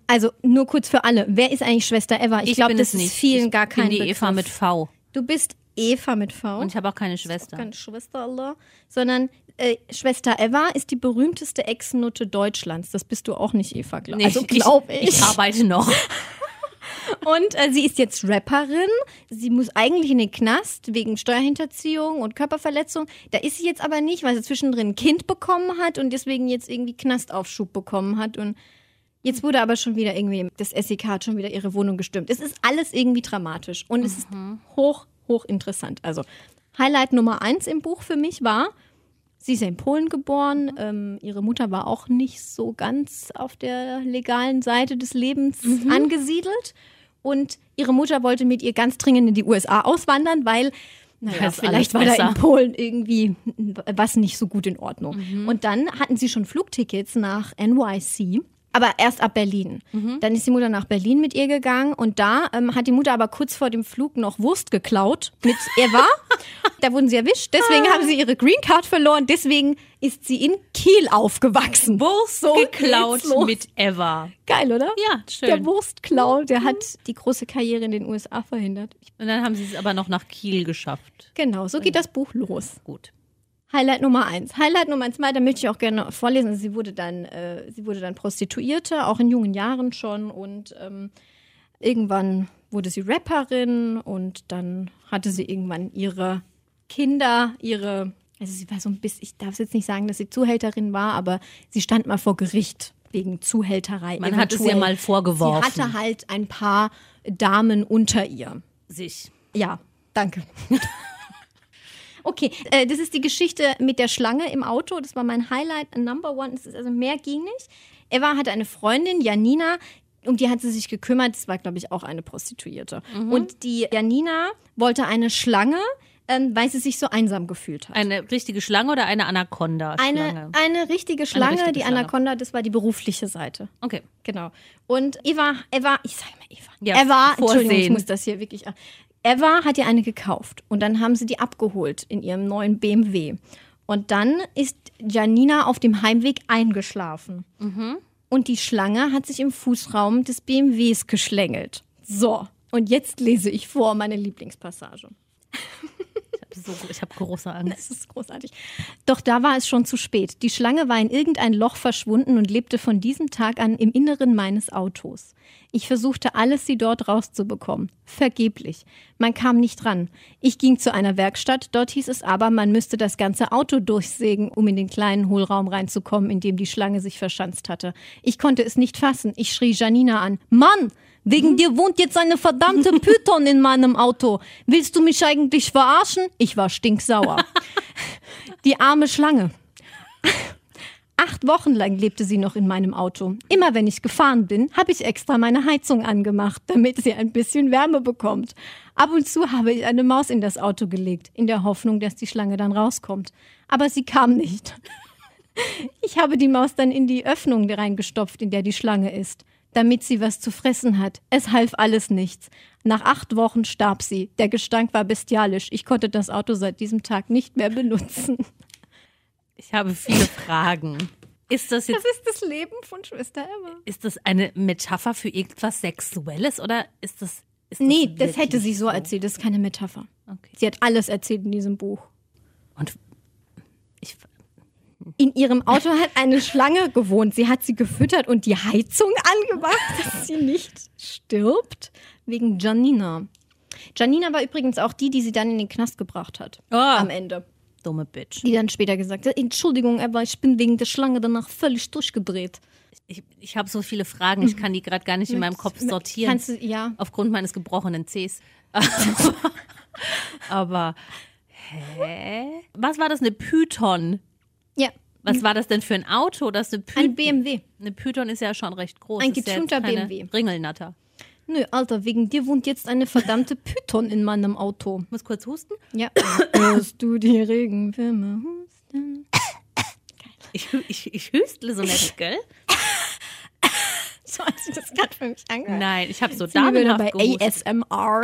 Speaker 2: Also nur kurz für alle. Wer ist eigentlich Schwester Eva? Ich, glaube,
Speaker 3: bin
Speaker 2: das
Speaker 3: es
Speaker 2: ist
Speaker 3: nicht.
Speaker 2: vielen
Speaker 3: ich
Speaker 2: gar kein
Speaker 3: bin die
Speaker 2: Begriff. Oh.
Speaker 3: Eva mit V.
Speaker 2: du bist Eva mit V.
Speaker 3: Und ich habe auch keine Schwester.
Speaker 2: keine Schwester Allah, sondern äh, Schwester Eva ist die berühmteste Ex-Nutte Deutschlands. Das bist du auch nicht, Eva, glaube
Speaker 3: Nee,
Speaker 2: also, glaub ich.
Speaker 3: ich arbeite noch.
Speaker 2: Und äh, sie ist jetzt Rapperin. Sie muss eigentlich in den Knast wegen Steuerhinterziehung und Körperverletzung. Da ist sie jetzt aber nicht, weil sie zwischendrin ein Kind bekommen hat und deswegen jetzt irgendwie Knastaufschub bekommen hat. Und jetzt wurde aber schon wieder irgendwie, das SEK hat schon wieder ihre Wohnung gestimmt. Es ist alles irgendwie dramatisch und es ist
Speaker 3: Mhm.
Speaker 2: hoch, hoch interessant. Also Highlight Nummer eins im Buch für mich war, Sie ist ja in Polen
Speaker 3: Mhm.
Speaker 2: geboren. Ähm, ihre Mutter war auch nicht so ganz auf der legalen Seite des Lebens
Speaker 3: Mhm.
Speaker 2: angesiedelt. Und ihre Mutter wollte mit ihr ganz dringend in die USA auswandern, weil, naja,
Speaker 3: Weil's
Speaker 2: vielleicht
Speaker 3: alles
Speaker 2: war da in
Speaker 3: besser.
Speaker 2: Polen irgendwie was nicht so gut in Ordnung.
Speaker 3: Mhm.
Speaker 2: Und dann hatten sie schon Flugtickets nach NYC. Aber erst ab Berlin.
Speaker 3: Mhm.
Speaker 2: Dann ist die Mutter nach Berlin mit ihr gegangen und da ähm, hat die Mutter aber kurz vor dem Flug noch Wurst geklaut mit Eva. da wurden sie erwischt, deswegen haben sie ihre Green Card verloren, deswegen ist sie in Kiel aufgewachsen.
Speaker 3: Wurst
Speaker 2: So
Speaker 3: geklaut
Speaker 2: geht's los.
Speaker 3: mit Eva.
Speaker 2: Geil, oder?
Speaker 3: Ja, schön. Mhm.
Speaker 2: Der Wurstklau, der hat die große Karriere in den USA verhindert. Ich-
Speaker 3: Und dann haben sie es aber noch nach Kiel geschafft.
Speaker 2: Genau, so geht das Buch los.
Speaker 3: Gut.
Speaker 2: Highlight Nummer eins. Highlight Nummer zwei, da möchte ich auch gerne vorlesen. Also sie wurde dann, äh, sie wurde dann Prostituierte, auch in jungen Jahren schon und ähm, irgendwann wurde sie Rapperin und dann hatte sie irgendwann ihre Kinder, ihre, also sie war so ein bisschen, ich darf es jetzt nicht sagen, dass sie Zuhälterin war, aber sie stand mal vor Gericht wegen Zuhälterei.
Speaker 3: Man hat es
Speaker 2: eventuell.
Speaker 3: ihr mal vorgeworfen.
Speaker 2: Sie hatte halt ein paar Damen unter ihr.
Speaker 3: Sich.
Speaker 2: Ja, danke. okay, äh, das ist die Geschichte mit der Schlange im Auto. Das war mein Highlight, Number One. Es ist also mehr ging nicht. Eva hatte eine Freundin, Janina, um die hat sie sich gekümmert. Das war, glaube ich, auch eine Prostituierte. Und die Janina wollte eine Schlange, ähm, weil sie sich so einsam gefühlt hat.
Speaker 3: Eine richtige Schlange oder eine
Speaker 2: eine,
Speaker 3: Anaconda-Schlange?
Speaker 2: eine richtige Schlange,
Speaker 3: richtige
Speaker 2: die
Speaker 3: Schlange.
Speaker 2: Anaconda, das war die berufliche Seite.
Speaker 3: Okay.
Speaker 2: Genau. Und Eva, Eva, ich sage mal Eva.
Speaker 3: Ja,
Speaker 2: Eva,
Speaker 3: vorsehen.
Speaker 2: Entschuldigung, ich muss das hier wirklich. Eva hat ihr eine gekauft und dann haben sie die abgeholt in ihrem neuen BMW. Und dann ist Janina auf dem Heimweg eingeschlafen.
Speaker 3: Mhm.
Speaker 2: Und die Schlange hat sich im Fußraum des BMWs geschlängelt. So, und jetzt lese ich vor meine Lieblingspassage.
Speaker 3: So, ich habe große Angst.
Speaker 2: Das ist großartig. Doch da war es schon zu spät. Die Schlange war in irgendein Loch verschwunden und lebte von diesem Tag an im Inneren meines Autos. Ich versuchte alles, sie dort rauszubekommen. Vergeblich. Man kam nicht ran. Ich ging zu einer Werkstatt. Dort hieß es aber, man müsste das ganze Auto durchsägen, um in den kleinen Hohlraum reinzukommen, in dem die Schlange sich verschanzt hatte. Ich konnte es nicht fassen. Ich schrie Janina an. Mann! Wegen dir wohnt jetzt eine verdammte Python in meinem Auto. Willst du mich eigentlich verarschen? Ich war stinksauer. Die arme Schlange. Acht Wochen lang lebte sie noch in meinem Auto. Immer wenn ich gefahren bin, habe ich extra meine Heizung angemacht, damit sie ein bisschen Wärme bekommt. Ab und zu habe ich eine Maus in das Auto gelegt, in der Hoffnung, dass die Schlange dann rauskommt. Aber sie kam nicht. Ich habe die Maus dann in die Öffnung reingestopft, in der die Schlange ist, damit sie was zu fressen hat. Es half alles nichts. Nach acht Wochen starb sie. Der Gestank war bestialisch. Ich konnte das Auto seit diesem Tag nicht mehr benutzen.
Speaker 3: Ich habe viele Fragen. Ist das jetzt
Speaker 2: ist das Leben von Schwester Emma.
Speaker 3: ist das eine Metapher für irgendwas Sexuelles oder ist das. Ist das
Speaker 2: Nee, das hätte
Speaker 3: wirklich
Speaker 2: sie so erzählt. Das ist keine Metapher.
Speaker 3: Okay.
Speaker 2: Sie hat alles erzählt in diesem Buch.
Speaker 3: Und ich,
Speaker 2: In ihrem Auto hat eine Schlange gewohnt. Sie hat sie gefüttert und die Heizung angemacht, dass sie nicht stirbt. Wegen Janina. Janina war übrigens auch die, die sie dann in den Knast gebracht hat.
Speaker 3: Ah.
Speaker 2: Am Ende.
Speaker 3: dumme Bitch.
Speaker 2: Die dann später gesagt hat, Entschuldigung, aber ich bin wegen der Schlange danach völlig durchgedreht.
Speaker 3: Ich, ich habe so viele Fragen, ich kann die gerade gar nicht in meinem Kopf sortieren.
Speaker 2: Kannst du, ja.
Speaker 3: aufgrund meines gebrochenen Cs. Aber, hä? Was war das, eine Python?
Speaker 2: Ja,
Speaker 3: Was war das denn für ein Auto? Das eine, Py
Speaker 2: ein BMW.
Speaker 3: eine Python ist ja schon recht groß.
Speaker 2: Ein
Speaker 3: Ist ja jetzt
Speaker 2: getunter
Speaker 3: keine
Speaker 2: BMW.
Speaker 3: Ringelnatter.
Speaker 2: Nö, Alter, wegen dir wohnt jetzt eine verdammte Python in meinem Auto.
Speaker 3: Ich muss kurz husten.
Speaker 2: Ja. Hörst du die Regenwürmer husten?
Speaker 3: Ich, hü- ich, ich hüstle so nett, gell?
Speaker 2: So hat sich das gerade für mich angehört.
Speaker 3: Nein, ich habe so
Speaker 2: Sind wir wieder
Speaker 3: damenhaft
Speaker 2: bei
Speaker 3: gehustet.
Speaker 2: ASMR.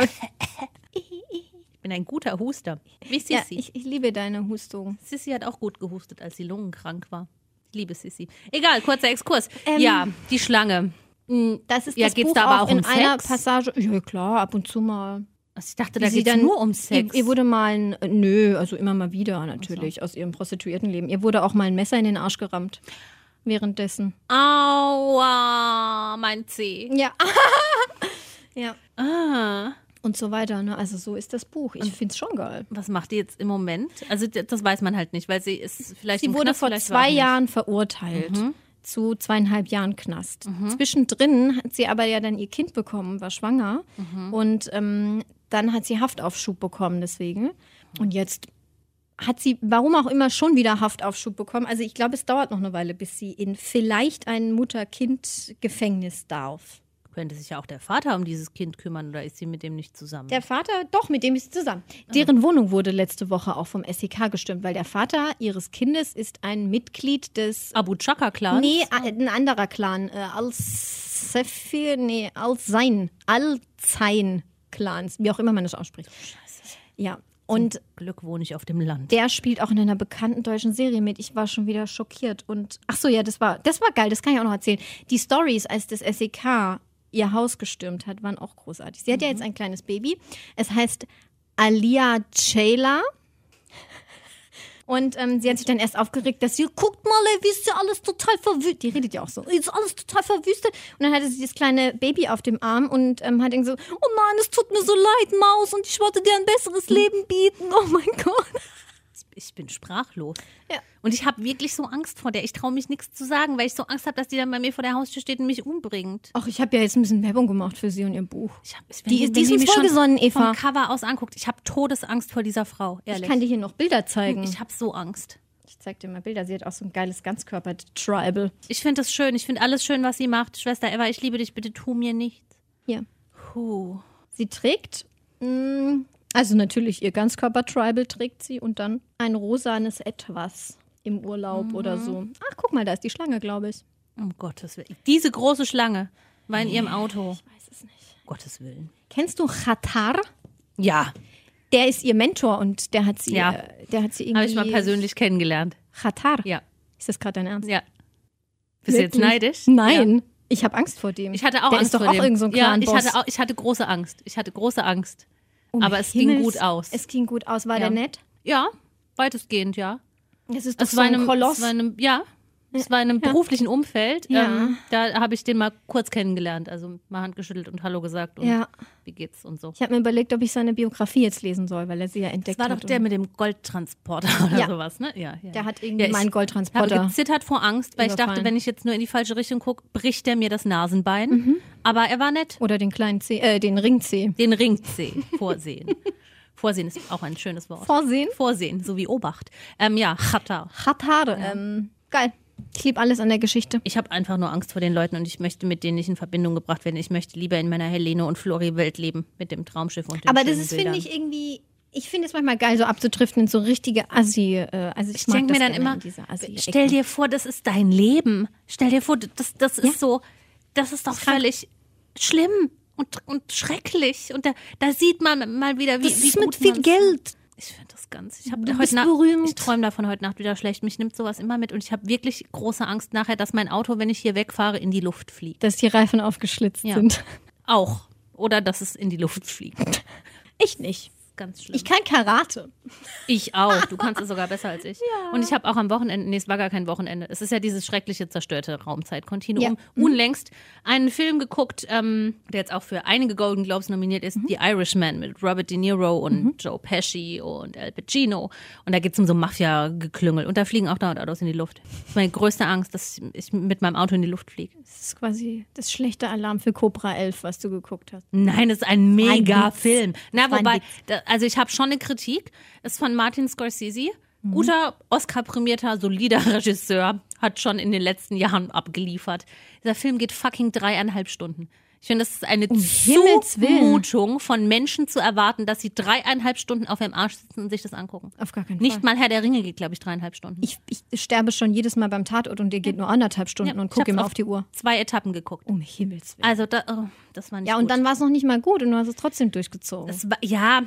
Speaker 3: Ich bin ein guter Huster. Wie Sissi.
Speaker 2: Ja, ich, ich liebe deine Hustung.
Speaker 3: Sissi hat auch gut gehustet, als sie lungenkrank war. Ich liebe Sissi. Egal, kurzer Exkurs.
Speaker 2: Ähm,
Speaker 3: ja, die Schlange.
Speaker 2: Das ist
Speaker 3: Ja,
Speaker 2: das
Speaker 3: geht's
Speaker 2: Buch
Speaker 3: da aber auch
Speaker 2: in
Speaker 3: um
Speaker 2: einer
Speaker 3: Sex?
Speaker 2: Passage. Ja, klar, ab und zu mal.
Speaker 3: Also ich dachte,
Speaker 2: Wie
Speaker 3: da
Speaker 2: sie
Speaker 3: geht es
Speaker 2: dann-
Speaker 3: nur um Sex.
Speaker 2: Ihr, ihr wurde mal ein, äh, nö, also immer mal wieder natürlich aus ihrem Prostituiertenleben. Ihr wurde auch mal ein Messer in den Arsch gerammt. Währenddessen.
Speaker 3: Aua, mein Zeh.
Speaker 2: Ja. ja.
Speaker 3: Ah,
Speaker 2: Und so weiter. Ne? Also so ist das Buch. Ich finde es schon geil.
Speaker 3: was macht die jetzt im Moment? Also d- das weiß man halt nicht, weil sie ist vielleicht
Speaker 2: Sie
Speaker 3: im
Speaker 2: wurde
Speaker 3: Knast,
Speaker 2: vor
Speaker 3: vielleicht
Speaker 2: zwei
Speaker 3: war sie nicht. Mhm.
Speaker 2: Jahren verurteilt. Zu zweieinhalb Jahren Knast. Zwischendrin hat sie aber ja dann ihr Kind bekommen, war schwanger.
Speaker 3: Mhm.
Speaker 2: Und ähm, dann hat sie Haftaufschub bekommen, deswegen. Und jetzt hat sie, warum auch immer, schon wieder Haftaufschub bekommen. Also ich glaube, es dauert noch eine Weile, bis sie in vielleicht ein Mutter-Kind-Gefängnis darf.
Speaker 3: Könnte sich ja auch der Vater um dieses Kind kümmern oder ist sie mit dem nicht zusammen?
Speaker 2: Der Vater, doch, mit dem ist sie zusammen.
Speaker 3: Ah.
Speaker 2: Deren Wohnung wurde letzte Woche auch vom SEK gestürmt, weil der Vater ihres Kindes ist ein Mitglied des.
Speaker 3: Abu Chaka Clan?
Speaker 2: Nee, a- ein anderer Clan. Äh, Al-Sefir, nee, Al-Sein. Al-Zain-Clans, wie auch immer man das ausspricht. Ja, und
Speaker 3: Glück wohne ich auf dem Land.
Speaker 2: der spielt auch in einer bekannten deutschen Serie mit. Ich war schon wieder schockiert. Und ach so, ja, das war, das war geil, das kann ich auch noch erzählen. Die Stories, als das SEK ihr Haus gestürmt hat, waren auch großartig. Sie hat ja jetzt ein kleines Baby. Es heißt Alia Chayla. Und ähm, sie hat sich dann erst aufgeregt, dass sie, guckt mal, ey, wie ist ja alles total verwüstet. Die redet ja auch so, ist alles total verwüstet. Und dann hatte sie das kleine Baby auf dem Arm und ähm, hat irgendwie so, oh nein, es tut mir so leid, Maus, und ich wollte dir ein besseres Leben bieten. Oh mein Gott.
Speaker 3: Ich bin sprachlos.
Speaker 2: Ja.
Speaker 3: Und ich habe wirklich so Angst vor der. Ich traue mich nichts zu sagen, weil ich so Angst habe, dass die dann bei mir vor der Haustür steht und mich umbringt.
Speaker 2: Ach, ich habe ja jetzt ein bisschen Werbung gemacht für sie und ihr Buch.
Speaker 3: Ich hab, ich,
Speaker 2: Die ist- die ist uns
Speaker 3: mich schon
Speaker 2: wohlgesonnen, Eva.
Speaker 3: Vom Cover aus anguckt, ich habe Todesangst vor dieser Frau,
Speaker 2: Ich
Speaker 3: ehrlich.
Speaker 2: kann dir hier noch Bilder zeigen.
Speaker 3: Ich habe so Angst.
Speaker 2: Ich zeig dir mal Bilder. Sie hat auch so ein geiles Ganzkörper-Tribal.
Speaker 3: Ich finde das schön. Ich finde alles schön, was sie macht. Schwester Eva, ich liebe dich. Bitte tu mir nichts.
Speaker 2: Hier.
Speaker 3: Puh.
Speaker 2: Sie trägt, mm, also natürlich ihr Ganzkörper-Tribal trägt sie und dann ein rosanes Etwas im Urlaub
Speaker 3: Mhm.
Speaker 2: oder so. Ach, guck mal, da ist die Schlange, glaube ich.
Speaker 3: Um Gottes Willen. Diese große Schlange war in ihrem Auto.
Speaker 2: Ich weiß es nicht.
Speaker 3: Um Gottes Willen.
Speaker 2: Kennst du Khatar?
Speaker 3: Ja,
Speaker 2: Der ist ihr Mentor und der hat sie,
Speaker 3: Ja.
Speaker 2: äh, der hat sie irgendwie.
Speaker 3: habe ich mal persönlich kennengelernt.
Speaker 2: Khatar?
Speaker 3: Ja,
Speaker 2: Ist das gerade dein Ernst?
Speaker 3: ja. Bist du jetzt
Speaker 2: Wirklich?
Speaker 3: neidisch? Ja.
Speaker 2: Nein, ich habe Angst vor dem.
Speaker 3: Ich hatte auch
Speaker 2: der
Speaker 3: Angst
Speaker 2: ist doch
Speaker 3: vor
Speaker 2: auch
Speaker 3: dem.
Speaker 2: irgend so ein
Speaker 3: ja, ich
Speaker 2: Clan-Boss.
Speaker 3: hatte, auch, ich hatte große Angst. Ich hatte große Angst.
Speaker 2: Um
Speaker 3: Aber es ging gut aus.
Speaker 2: Es ging gut aus. War der
Speaker 3: Ja.
Speaker 2: nett?
Speaker 3: Ja, weitestgehend, ja.
Speaker 2: Es ist doch
Speaker 3: Es
Speaker 2: so
Speaker 3: war
Speaker 2: ein
Speaker 3: einem,
Speaker 2: Koloss.
Speaker 3: Es war einem, ja, es war in einem beruflichen Umfeld.
Speaker 2: Ja.
Speaker 3: Ähm, da habe ich den mal kurz kennengelernt. Also mal Hand geschüttelt und Hallo gesagt und
Speaker 2: ja,
Speaker 3: wie geht's und so.
Speaker 2: ich habe mir überlegt, ob ich seine Biografie jetzt lesen soll, weil er sie ja entdeckt
Speaker 3: Das war
Speaker 2: hat.
Speaker 3: doch der mit dem Goldtransporter oder
Speaker 2: Ja.
Speaker 3: sowas, ne? Ja, ja.
Speaker 2: Der hat irgendwie meinen
Speaker 3: Ich habe
Speaker 2: Goldtransporter.
Speaker 3: gezittert vor Angst, weil ich dachte,
Speaker 2: überfallen.
Speaker 3: wenn ich jetzt nur in die falsche Richtung gucke, bricht er mir das Nasenbein.
Speaker 2: Mhm.
Speaker 3: Aber er war nett.
Speaker 2: Oder den kleinen Zeh, äh, den Ringzeh.
Speaker 3: Den Ringzeh vorsehen. vorsehen ist auch ein schönes Wort.
Speaker 2: Vorsehen.
Speaker 3: vorsehen, so wie Obacht. Ähm, ja, Chata.
Speaker 2: Hat Haare. Ähm, geil. Ich liebe alles an der Geschichte.
Speaker 3: Ich habe einfach nur Angst vor den Leuten und ich möchte mit denen nicht in Verbindung gebracht werden. Ich möchte lieber in meiner Helene und Flori Welt leben mit dem Traumschiff und den
Speaker 2: Aber das
Speaker 3: schönen
Speaker 2: ist, finde
Speaker 3: Bildern.
Speaker 2: ich, irgendwie. Ich finde es manchmal geil, so abzutriften in so richtige Assi. Äh, also ich
Speaker 3: Ich
Speaker 2: mag
Speaker 3: denke mir
Speaker 2: das
Speaker 3: dann
Speaker 2: gerne
Speaker 3: immer,
Speaker 2: in dieser Assi
Speaker 3: stell dir vor, das ist dein Leben. Stell dir vor, das, das ist
Speaker 2: Ja.
Speaker 3: so, das ist doch völlig schlimm und, und schrecklich. Und da, da sieht man mal wieder, wie,
Speaker 2: das
Speaker 3: wie
Speaker 2: ist
Speaker 3: gut
Speaker 2: mit viel
Speaker 3: man's-
Speaker 2: Geld.
Speaker 3: Ich finde das ganz. Ich habe
Speaker 2: Du
Speaker 3: heute
Speaker 2: bist
Speaker 3: Nacht.
Speaker 2: berühmt.
Speaker 3: Ich träume davon heute Nacht wieder schlecht. Mich nimmt sowas immer mit und ich habe wirklich große Angst nachher, dass mein Auto, wenn ich hier wegfahre, in die Luft fliegt.
Speaker 2: Dass die Reifen aufgeschlitzt
Speaker 3: Ja.
Speaker 2: sind.
Speaker 3: Auch. Oder dass es in die Luft fliegt.
Speaker 2: Ich nicht.
Speaker 3: Ganz schlimm.
Speaker 2: Ich kann Karate.
Speaker 3: Ich auch. Du kannst es sogar besser als ich. Und ich habe auch am Wochenende, nee, es war gar kein Wochenende. Es ist ja dieses schreckliche zerstörte Raumzeitkontinuum. Unlängst einen Film geguckt, ähm, der jetzt auch für einige Golden Globes nominiert ist, The Irishman mit Robert De Niro und Joe Pesci und Al Pacino. Und da geht es um so Mafia-Geklüngel. Und da fliegen auch dauernd Autos in die Luft. Das ist meine größte Angst, dass ich mit meinem Auto in die Luft fliege.
Speaker 2: Das ist quasi das schlechte Alarm für Cobra 11, was du geguckt hast.
Speaker 3: Nein, das ist ein
Speaker 2: ein
Speaker 3: mega
Speaker 2: Witz.
Speaker 3: Film. Na,
Speaker 2: Das war ein
Speaker 3: wobei,
Speaker 2: Witz.
Speaker 3: da, also ich habe schon eine Kritik. Ist von Martin Scorsese.
Speaker 2: Mhm.
Speaker 3: Guter, Oscar-prämierter, solider Regisseur. Hat schon in den letzten Jahren abgeliefert. Dieser Film geht fucking dreieinhalb Stunden. Ich finde, das ist eine
Speaker 2: Um Himmels Willen.
Speaker 3: Zumutung von Menschen zu erwarten, dass sie dreieinhalb Stunden auf ihrem Arsch sitzen und sich das angucken.
Speaker 2: Auf gar keinen
Speaker 3: Nicht
Speaker 2: Fall.
Speaker 3: mal Herr der Ringe geht, glaube ich, dreieinhalb Stunden.
Speaker 2: Ich, ich sterbe schon jedes Mal beim Tatort und ihr geht nur anderthalb Stunden
Speaker 3: Ja,
Speaker 2: und
Speaker 3: ich
Speaker 2: guckt
Speaker 3: hab's
Speaker 2: immer auf die Uhr.
Speaker 3: Zwei Etappen geguckt.
Speaker 2: Um Himmels Willen.
Speaker 3: Also, da, oh, das war nicht
Speaker 2: Ja,
Speaker 3: gut.
Speaker 2: und dann war es noch nicht mal gut und du hast es trotzdem durchgezogen.
Speaker 3: Es war, ja,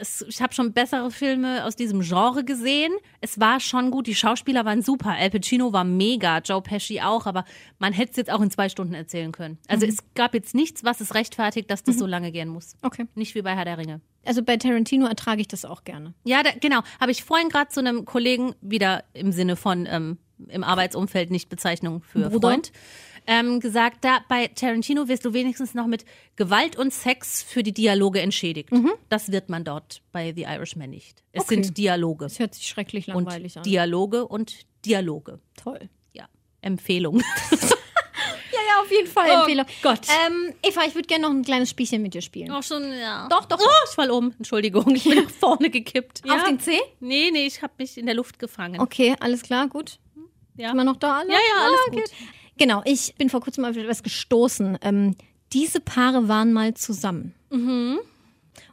Speaker 3: es, ich habe schon bessere Filme aus diesem Genre gesehen. Es war schon gut. Die Schauspieler waren super. Al Pacino war mega, Joe Pesci auch, aber man hätte es jetzt auch in zwei Stunden erzählen können. Also es gab jetzt nichts, was es rechtfertigt, dass das so lange gehen muss.
Speaker 2: okay.
Speaker 3: Nicht wie bei Herr der Ringe.
Speaker 2: Also bei Tarantino ertrage ich das auch gerne.
Speaker 3: Ja, da, genau. Habe ich vorhin gerade zu einem Kollegen wieder im Sinne von ähm, im Arbeitsumfeld nicht Bezeichnung für
Speaker 2: Bruder.
Speaker 3: Freund ähm, gesagt, da bei Tarantino wirst du wenigstens noch mit Gewalt und Sex für die Dialoge entschädigt. Das wird man dort bei The Irishman nicht. Es
Speaker 2: Mhm. Okay.
Speaker 3: sind Dialoge
Speaker 2: Das hört sich schrecklich
Speaker 3: und
Speaker 2: langweilig an.
Speaker 3: Dialoge und Dialoge.
Speaker 2: Toll.
Speaker 3: Ja, Empfehlung.
Speaker 2: Ja, ja, auf jeden Fall
Speaker 3: Oh
Speaker 2: Empfehlung.
Speaker 3: Gott.
Speaker 2: Ähm, Eva, ich würde gerne noch ein kleines Spielchen mit dir spielen.
Speaker 3: Auch schon, ja.
Speaker 2: Oh, Doch, doch.
Speaker 3: Oh, ich fall um. Entschuldigung, ich bin nach vorne gekippt.
Speaker 2: Auf den C?
Speaker 3: Nee, nee, ich habe mich in der Luft gefangen.
Speaker 2: Okay, alles klar, gut.
Speaker 3: Ja.
Speaker 2: Immer noch da alle?
Speaker 3: Ja, ja, alles
Speaker 2: Ah,
Speaker 3: gut.
Speaker 2: Genau, ich bin vor kurzem auf etwas gestoßen. Ähm, diese Paare waren mal zusammen.
Speaker 3: Mhm.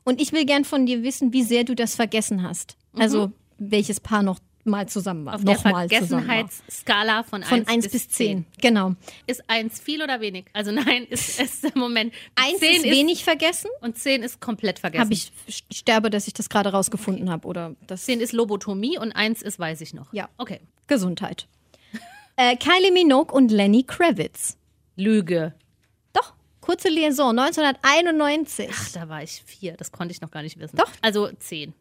Speaker 2: Und ich will gern von dir wissen, wie sehr du das vergessen hast. Also, welches Paar noch mal zusammen war.
Speaker 3: Mhm. Auf
Speaker 2: noch
Speaker 3: der
Speaker 2: mal zusammen war.
Speaker 3: Vergessenheitsskala von,
Speaker 2: Von 1, bis 10. Genau.
Speaker 3: Ist 1 viel oder wenig? Also nein, ist es im Moment.
Speaker 2: 1
Speaker 3: 10
Speaker 2: ist wenig vergessen.
Speaker 3: und 10 ist komplett vergessen.
Speaker 2: Habe ich ich sterbe, dass ich das gerade rausgefunden habe oder das
Speaker 3: 10 ist Lobotomie und 1 ist weiß ich noch.
Speaker 2: Ja.
Speaker 3: Okay.
Speaker 2: Gesundheit. Äh, Kylie Minogue und Lenny Kravitz.
Speaker 3: Lüge.
Speaker 2: Doch, kurze Liaison 1991.
Speaker 3: Ach, da war ich 4. Das konnte ich noch gar nicht wissen.
Speaker 2: Doch.
Speaker 3: Also 10.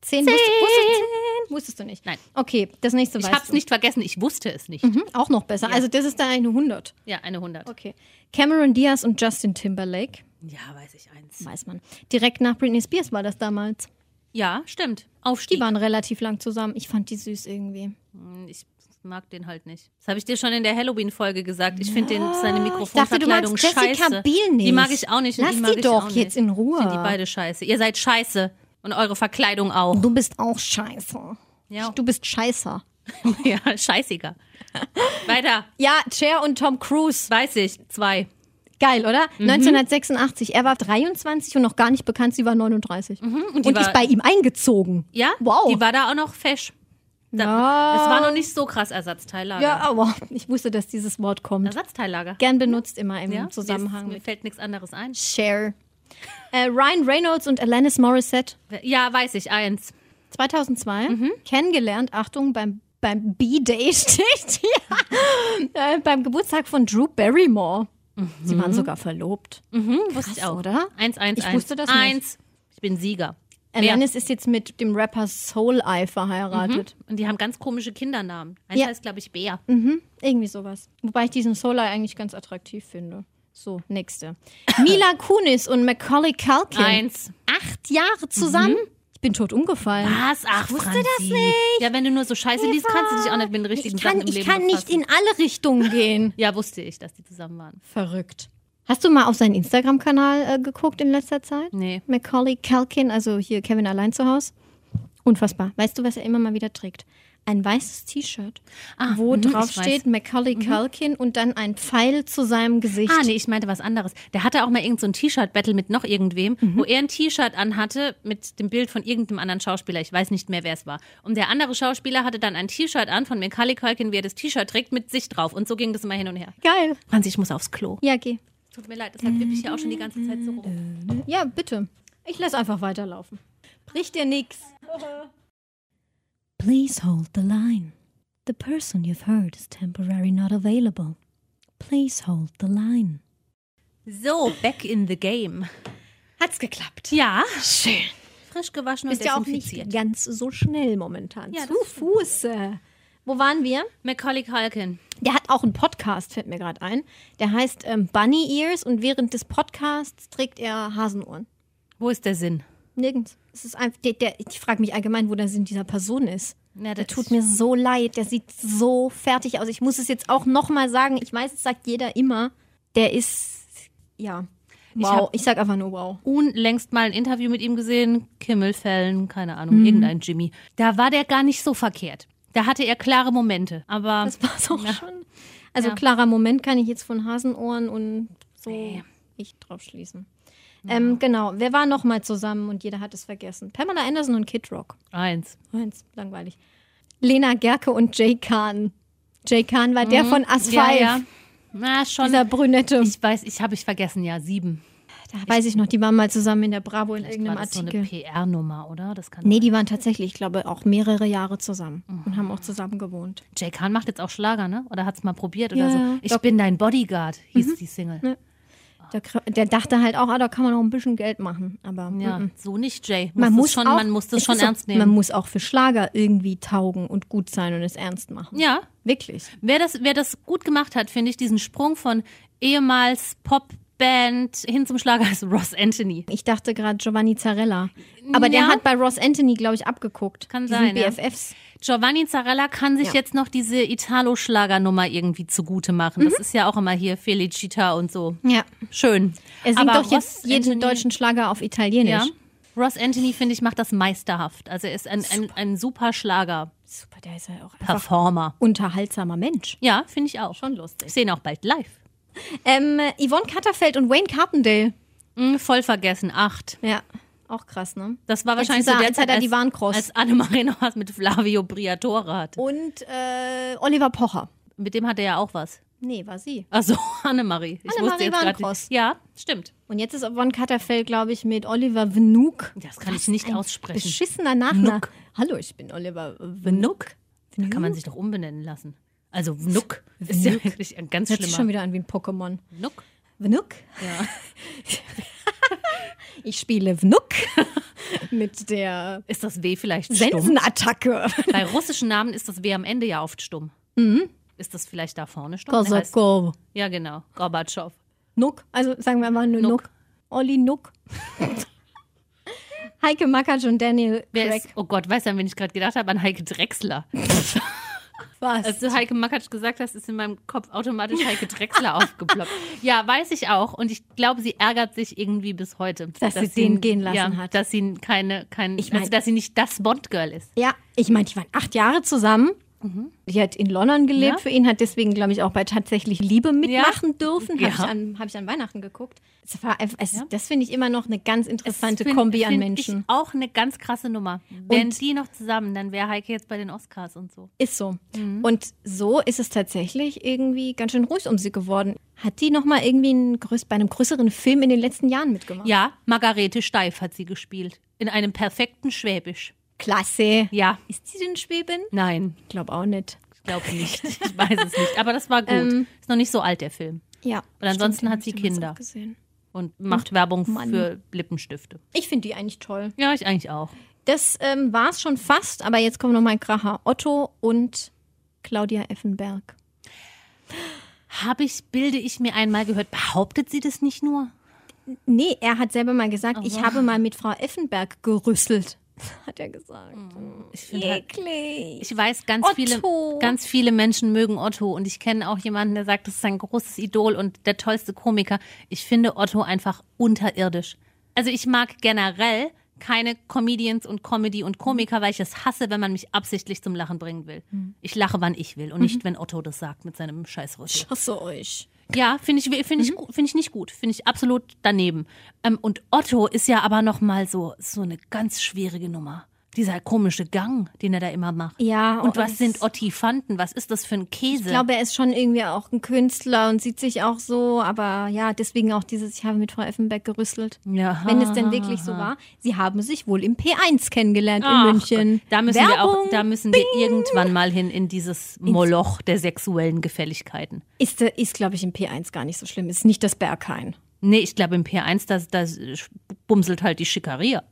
Speaker 2: Zehn, Wusstest, wusstest, zehn wusstest du nicht?
Speaker 3: Nein.
Speaker 2: Okay, das nächste
Speaker 3: Ich
Speaker 2: weißt
Speaker 3: hab's
Speaker 2: du.
Speaker 3: nicht vergessen, ich wusste es nicht.
Speaker 2: Hm, auch noch besser. Also das ist dann eine 100.
Speaker 3: Ja, eine 100.
Speaker 2: Okay. Cameron Diaz und Justin Timberlake.
Speaker 3: Ja, weiß ich eins.
Speaker 2: Weiß man. Direkt nach Britney Spears war das damals.
Speaker 3: Ja, stimmt.
Speaker 2: Die
Speaker 3: Aufstieg. Hm,
Speaker 2: waren relativ lang zusammen. Ich fand die süß irgendwie.
Speaker 3: Ich mag den halt nicht. Das habe ich dir schon in der Halloween-Folge gesagt. Ich finde den seine
Speaker 2: dachte, du magst
Speaker 3: Mikrofonverkleidung
Speaker 2: Jessica
Speaker 3: scheiße.
Speaker 2: Biel nicht.
Speaker 3: Die mag ich auch nicht. und
Speaker 2: Lass
Speaker 3: die, mag
Speaker 2: die
Speaker 3: ich
Speaker 2: doch
Speaker 3: auch nicht.
Speaker 2: jetzt in Ruhe.
Speaker 3: Ich Finde die beide scheiße. Ihr seid scheiße. Und eure Verkleidung auch.
Speaker 2: Du bist auch scheiße.
Speaker 3: Ja.
Speaker 2: Du bist scheißer.
Speaker 3: ja, scheißiger. Weiter.
Speaker 2: Ja, Cher und Tom Cruise.
Speaker 3: Weiß ich. Zwei.
Speaker 2: Geil, oder? 1986. Er war 23 und noch gar nicht bekannt. Sie war 39. Mhm, und
Speaker 3: die war-
Speaker 2: ist bei ihm eingezogen.
Speaker 3: Ja?
Speaker 2: Wow.
Speaker 3: Die war da auch noch fesch. Da,
Speaker 2: Ja.
Speaker 3: Es war noch nicht so krass Ersatzteillager.
Speaker 2: Ja, Also aber ich wusste, dass dieses Wort kommt.
Speaker 3: Ersatzteillager.
Speaker 2: Gern benutzt immer im
Speaker 3: Ja?
Speaker 2: Zusammenhang
Speaker 3: Mir, ist- mir
Speaker 2: mit
Speaker 3: fällt nichts anderes ein.
Speaker 2: Share. Äh, Ryan Reynolds und Alanis Morissette
Speaker 3: Ja, weiß ich. Eins.
Speaker 2: 2002 kennengelernt, Achtung, beim, beim B-Day steht hier, äh, beim Geburtstag von Drew Barrymore. Sie waren sogar verlobt.
Speaker 3: Wusste ich auch.
Speaker 2: oder?
Speaker 3: Eins, eins,
Speaker 2: Ich
Speaker 3: eins.
Speaker 2: wusste das nicht.
Speaker 3: Eins. Ich bin Sieger. Mehr.
Speaker 2: Alanis ist jetzt mit dem Rapper Soul Eye verheiratet.
Speaker 3: Und die haben ganz komische Kindernamen. Eins
Speaker 2: Ja.
Speaker 3: heißt, glaube ich, Bär.
Speaker 2: Irgendwie sowas. Wobei ich diesen Soul Eye eigentlich ganz attraktiv finde. So, nächste. Mila Kunis und Macaulay Culkin.
Speaker 3: Eins.
Speaker 2: acht Jahre zusammen? Ich bin tot umgefallen.
Speaker 3: Was? Ach, wusste Franzi. das nicht. Ja, wenn du nur so scheiße liest, kannst du dich auch nicht mit den richtigen
Speaker 2: Ich kann,
Speaker 3: Sachen im
Speaker 2: ich
Speaker 3: Leben
Speaker 2: kann nicht
Speaker 3: befassen.
Speaker 2: in alle Richtungen gehen.
Speaker 3: Ja, wusste ich, dass die zusammen waren.
Speaker 2: Verrückt. Hast du mal auf seinen Instagram-Kanal äh, geguckt in letzter Zeit?
Speaker 3: Nee.
Speaker 2: Macaulay Culkin, also hier Kevin allein zu Hause. Unfassbar. Weißt du, was er immer mal wieder trägt? Ein weißes T-Shirt, wo
Speaker 3: mhm,
Speaker 2: drauf
Speaker 3: ich weiß.
Speaker 2: steht Macaulay Culkin und dann ein Pfeil zu seinem Gesicht.
Speaker 3: Ah, nee, ich meinte was anderes. Der hatte auch mal irgendein so ein T-Shirt-Battle mit noch irgendwem, wo er ein T-Shirt anhatte mit dem Bild von irgendeinem anderen Schauspieler. Ich weiß nicht mehr, wer es war. Und der andere Schauspieler hatte dann ein T-Shirt an von Macaulay Culkin, wie er das T-Shirt trägt, mit sich drauf. Und so ging das immer hin und her.
Speaker 2: Geil.
Speaker 3: Franzi, ich muss aufs Klo.
Speaker 2: Ja, geh.
Speaker 3: Tut mir leid, das hat wirklich ja auch schon die ganze Zeit so rum.
Speaker 2: Ja, bitte. Ich lasse einfach weiterlaufen. Bricht dir nix. Please hold the line. The person you've heard is temporarily not available. Please hold the line.
Speaker 3: Äh. So, back in the game.
Speaker 2: Hat's geklappt.
Speaker 3: Ja,
Speaker 2: Schön.
Speaker 3: frisch gewaschen und
Speaker 2: Ist ja auch nicht
Speaker 3: desinfiziert.
Speaker 2: ganz so schnell momentan.
Speaker 3: Ja,
Speaker 2: Zu
Speaker 3: das
Speaker 2: Fuß. Wo waren wir?
Speaker 3: Macaulay Culkin.
Speaker 2: Der hat auch einen Podcast, fällt mir gerade ein. Der heißt ähm, Bunny Ears und während des Podcasts trägt er Hasenohren.
Speaker 3: Wo ist der Sinn?
Speaker 2: Nirgends. Es ist einfach, der, der, ich frage mich allgemein, wo der Sinn dieser Person ist.
Speaker 3: Na,
Speaker 2: Der
Speaker 3: das-
Speaker 2: tut mir so leid. Der sieht so fertig aus. Ich muss es jetzt auch nochmal sagen. Ich weiß, es sagt jeder immer. Der ist, ja. Wow.
Speaker 3: hab-
Speaker 2: Ich, sag einfach nur wow.
Speaker 3: unlängst mal ein Interview mit ihm gesehen, Kimmelfällen, keine Ahnung,
Speaker 2: Mhm.
Speaker 3: irgendein Jimmy. Da war der gar nicht so verkehrt. Da hatte er klare Momente, aber
Speaker 2: Das war's auch schon. Also
Speaker 3: Ja.
Speaker 2: klarer Moment kann ich jetzt von Hasenohren und so ich drauf schließen. Ähm, genau, wer war nochmal zusammen und jeder hat es vergessen? Pamela Anderson und Kid Rock.
Speaker 3: Eins.
Speaker 2: Eins, langweilig. Lena Gerke und Jay Kahn. Jay Kahn war der von As
Speaker 3: Mhm. Ja,
Speaker 2: Five,
Speaker 3: ja. Na, schon.
Speaker 2: dieser Brünette.
Speaker 3: Ich weiß, ich habe ich vergessen, ja, sieben.
Speaker 2: da weiß ich noch, die waren mal zusammen in der Bravo in
Speaker 3: Vielleicht war
Speaker 2: irgendeinem
Speaker 3: das so
Speaker 2: Artikel.
Speaker 3: eine PR-Nummer, oder? Das kann
Speaker 2: nee, die waren tatsächlich, ich glaube, auch mehrere Jahre zusammen und haben auch
Speaker 3: Mhm.
Speaker 2: zusammen gewohnt.
Speaker 3: Jay Khan macht jetzt auch Schlager, ne? Oder hat's mal probiert
Speaker 2: Ja,
Speaker 3: oder
Speaker 2: ja. Mhm.
Speaker 3: so. Ich bin dein Bodyguard, hieß die Single.
Speaker 2: Der, kr- der dachte halt auch, ah, da kann man noch ein bisschen Geld machen. Aber
Speaker 3: Ja,
Speaker 2: mm, mm.
Speaker 3: so nicht Jay.
Speaker 2: man
Speaker 3: Muss
Speaker 2: muss
Speaker 3: es schon,
Speaker 2: auch,
Speaker 3: man muss das
Speaker 2: es
Speaker 3: schon
Speaker 2: ist so,
Speaker 3: ernst nehmen.
Speaker 2: Man muss auch für Schlager irgendwie taugen und gut sein und es ernst machen.
Speaker 3: ja,
Speaker 2: Wirklich.
Speaker 3: wer das, wer das gut gemacht hat, finde ich, diesen Sprung von ehemals Popband hin zum Schlager ist Ross Anthony.
Speaker 2: Ich dachte gerade Giovanni Zarella. Aber der
Speaker 3: Ja.
Speaker 2: hat bei Ross Anthony, glaube ich, abgeguckt.
Speaker 3: Kann
Speaker 2: Die
Speaker 3: sein,
Speaker 2: Sind
Speaker 3: ja.
Speaker 2: BFFs.
Speaker 3: Giovanni Zarella kann sich
Speaker 2: Ja.
Speaker 3: jetzt noch diese Italo-Schlagernummer irgendwie zugute machen.
Speaker 2: Mhm.
Speaker 3: Das ist ja auch immer hier Felicita und so.
Speaker 2: Ja.
Speaker 3: Schön.
Speaker 2: Er singt
Speaker 3: Aber
Speaker 2: doch jetzt
Speaker 3: Ross
Speaker 2: jeden
Speaker 3: Anthony-
Speaker 2: deutschen Schlager auf Italienisch.
Speaker 3: Ja. Ross Anthony, finde ich, macht das meisterhaft. Also er ist ein, ein, ein super Schlager-Performer.
Speaker 2: Super, der ist ja auch einfach unterhaltsamer Mensch.
Speaker 3: Ja, finde ich auch. Schon lustig. Ich sehe ihn auch bald live.
Speaker 2: Ähm, Yvonne Catterfeld und Wayne Carpendale.
Speaker 3: Hm, voll vergessen, acht.
Speaker 2: Ja, auch krass, ne?
Speaker 3: Das war
Speaker 2: Jetzt ist
Speaker 3: wahrscheinlich zu
Speaker 2: er-
Speaker 3: der
Speaker 2: jetzt
Speaker 3: Zeit,
Speaker 2: hat er
Speaker 3: als,
Speaker 2: die Warncross.
Speaker 3: als Annemarie noch was mit Flavio Briatore hatte.
Speaker 2: Und äh, Oliver Pocher.
Speaker 3: Mit dem hatte er ja auch was.
Speaker 2: Nee, war sie.
Speaker 3: Also Annemarie. Ich
Speaker 2: Annemarie
Speaker 3: wusste jetzt grad
Speaker 2: Warncross.
Speaker 3: nicht- Ja, stimmt.
Speaker 2: Und jetzt ist Yvonne Catterfeld, glaube ich, mit Oliver Vnuk.
Speaker 3: Das kann ich nicht aussprechen.
Speaker 2: Beschissener Nachname. Hallo, ich bin Oliver Vnuk.
Speaker 3: Da kann man sich doch umbenennen lassen. Also Nuck ist ja wirklich ein ganz
Speaker 2: Hört sich schon
Speaker 3: schlimmer.
Speaker 2: wieder an wie ein Pokémon.
Speaker 3: Nuck.
Speaker 2: Vnuk?
Speaker 3: Ja.
Speaker 2: Ich spiele Vnuk mit der
Speaker 3: Ist das W vielleicht stumm?
Speaker 2: Sensenattacke.
Speaker 3: Bei russischen Namen ist das W am Ende ja oft stumm.
Speaker 2: Mhm.
Speaker 3: Ist das vielleicht da vorne stumm? Nee, heißt-
Speaker 2: Kosakov.
Speaker 3: Ja, genau. Gorbatschow.
Speaker 2: Nuck. Also sagen wir mal nur
Speaker 3: Nuck.
Speaker 2: Nuck. Olli Nuck. Heike Mackert und Daniel
Speaker 3: Wer
Speaker 2: Craig.
Speaker 3: ist, oh Gott, weiß an wen ich gerade gedacht habe? An Heike Drechsler.
Speaker 2: Was?
Speaker 3: Als du Heike Makatsch gesagt hast, ist in meinem Kopf automatisch Heike Drechsler aufgeploppt. Ja, weiß ich auch. Und ich glaube, sie ärgert sich irgendwie bis heute.
Speaker 2: Dass sie den gehen lassen
Speaker 3: ja,
Speaker 2: hat.
Speaker 3: Dass sie keine, kein,
Speaker 2: Ich mein-
Speaker 3: also, dass sie nicht das Bond-Girl ist.
Speaker 2: ja, ich meine, die waren acht Jahre zusammen. Die hat in London gelebt
Speaker 3: Mhm. Ja.
Speaker 2: für ihn, hat deswegen, glaube ich, auch bei tatsächlich Liebe mitmachen dürfen. Habe
Speaker 3: Ja.
Speaker 2: ich, an- hab ich an Weihnachten geguckt. Es war, einfach- es, Das finde ich immer noch eine ganz interessante
Speaker 3: Das find-
Speaker 2: Kombi an
Speaker 3: find
Speaker 2: Menschen.
Speaker 3: Ich auch eine ganz krasse Nummer. Wären die noch zusammen, dann wäre Heike jetzt bei den Oscars und so.
Speaker 2: Ist so.
Speaker 3: Mhm.
Speaker 2: Und so ist es tatsächlich irgendwie ganz schön ruhig um sie geworden. Hat die nochmal irgendwie einen größ bei einem größeren Film in den letzten Jahren mitgemacht?
Speaker 3: Ja, Margarete Steif hat sie gespielt. In einem perfekten Schwäbisch.
Speaker 2: Klasse.
Speaker 3: Ja.
Speaker 2: Ist sie denn Schwäbin?
Speaker 3: Nein,
Speaker 2: Ich glaube auch nicht.
Speaker 3: ich glaube nicht. Ich weiß es nicht. Aber das war gut.
Speaker 2: Ähm,
Speaker 3: ist noch nicht so alt, der Film.
Speaker 2: Ja.
Speaker 3: Und ansonsten
Speaker 2: den
Speaker 3: hat
Speaker 2: hab
Speaker 3: sie
Speaker 2: ich damals
Speaker 3: Kinder.
Speaker 2: auch gesehen.
Speaker 3: und macht Werbung
Speaker 2: Mann.
Speaker 3: für Lippenstifte.
Speaker 2: Ich finde die eigentlich toll.
Speaker 3: Ja, ich eigentlich auch.
Speaker 2: Das ähm, war es schon fast, aber jetzt kommt nochmal ein Kracher. Otto und Claudia Effenberg.
Speaker 3: Habe ich, bilde ich mir einmal gehört, behauptet sie das nicht nur?
Speaker 2: Nee, er hat selber mal gesagt, ich
Speaker 3: so.
Speaker 2: habe mal mit Frau Effenberg gerüsselt. Hat er gesagt.
Speaker 3: Ich, find halt,
Speaker 2: Eklig.
Speaker 3: ich weiß, ganz
Speaker 2: Otto.
Speaker 3: viele, ganz viele Menschen mögen Otto und ich kenne auch jemanden, der sagt, das ist sein großes Idol und der tollste Komiker. Ich finde Otto einfach unterirdisch. Also ich mag generell keine Comedians und Comedy und Komiker, weil ich es hasse, wenn man mich absichtlich zum Lachen bringen will. Ich lache, wann ich will und nicht, wenn Otto das sagt mit seinem Scheißrüssel.
Speaker 2: Ich hasse euch.
Speaker 3: Ja, finde ich, finde ich,
Speaker 2: Mhm.
Speaker 3: gu- finde ich nicht gut. Finde ich absolut daneben. Ähm, und Otto ist ja aber nochmal so, so eine ganz schwierige Nummer. Dieser komische Gang, den er da immer macht.
Speaker 2: Ja,
Speaker 3: Und
Speaker 2: oh,
Speaker 3: was
Speaker 2: das-
Speaker 3: sind Ottifanten? Was ist das für ein Käse?
Speaker 2: Ich glaube, er ist schon irgendwie auch ein Künstler und sieht sich auch so, aber ja, deswegen auch dieses, ich habe mit Frau Effenberg gerüsselt.
Speaker 3: Ja.
Speaker 2: Wenn es denn wirklich so war. Sie haben sich wohl im P1 kennengelernt
Speaker 3: Ach
Speaker 2: in München.
Speaker 3: Gott, Da müssen
Speaker 2: Werbung.
Speaker 3: wir auch, da müssen wir irgendwann mal hin in dieses Moloch der sexuellen Gefälligkeiten.
Speaker 2: Ist, äh, ist glaube ich, im P1 gar nicht so schlimm. Ist nicht das Berghain.
Speaker 3: Nee, ich glaube im P1, da, da bumselt halt die Schikaria.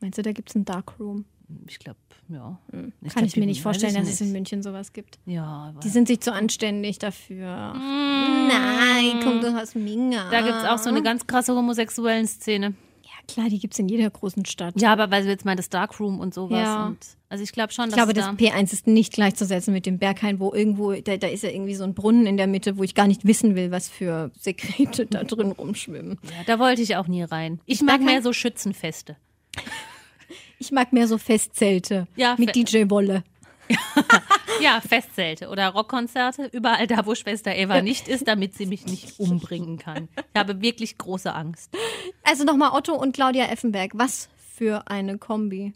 Speaker 2: Meinst du, da gibt es einen Darkroom?
Speaker 3: Ich glaube, ja.
Speaker 2: Hm. Kann
Speaker 3: glaub,
Speaker 2: ich mir nicht
Speaker 3: weiß
Speaker 2: vorstellen, dass es in
Speaker 3: nicht.
Speaker 2: München sowas gibt.
Speaker 3: Ja,
Speaker 2: Die sind sich zu anständig dafür. Mm. Nein, komm doch aus Minga.
Speaker 3: Da gibt's auch so eine ganz krasse homosexuellen Szene.
Speaker 2: Ja klar, die gibt es in jeder großen Stadt.
Speaker 3: Ja, aber weil du jetzt meintest Darkroom und sowas.
Speaker 2: Ja.
Speaker 3: Und, also ich glaube schon, dass
Speaker 2: Ich glaube, das
Speaker 3: da,
Speaker 2: P1 ist nicht gleichzusetzen mit dem Berghain, wo irgendwo, da, da ist ja irgendwie so ein Brunnen in der Mitte, wo ich gar nicht wissen will, was für Sekrete da drin rumschwimmen.
Speaker 3: da wollte ich auch nie rein. Ich mag
Speaker 2: Bergheim-
Speaker 3: mehr so Schützenfeste.
Speaker 2: Ich mag mehr so Festzelte
Speaker 3: Ja,
Speaker 2: mit
Speaker 3: Fe-
Speaker 2: DJ-Wolle.
Speaker 3: Ja, Festzelte oder Rockkonzerte, überall da, wo Schwester Eva nicht ist, damit sie mich nicht umbringen kann. Ich habe wirklich große Angst.
Speaker 2: Also nochmal Otto und Claudia Effenberg. Was für eine Kombi.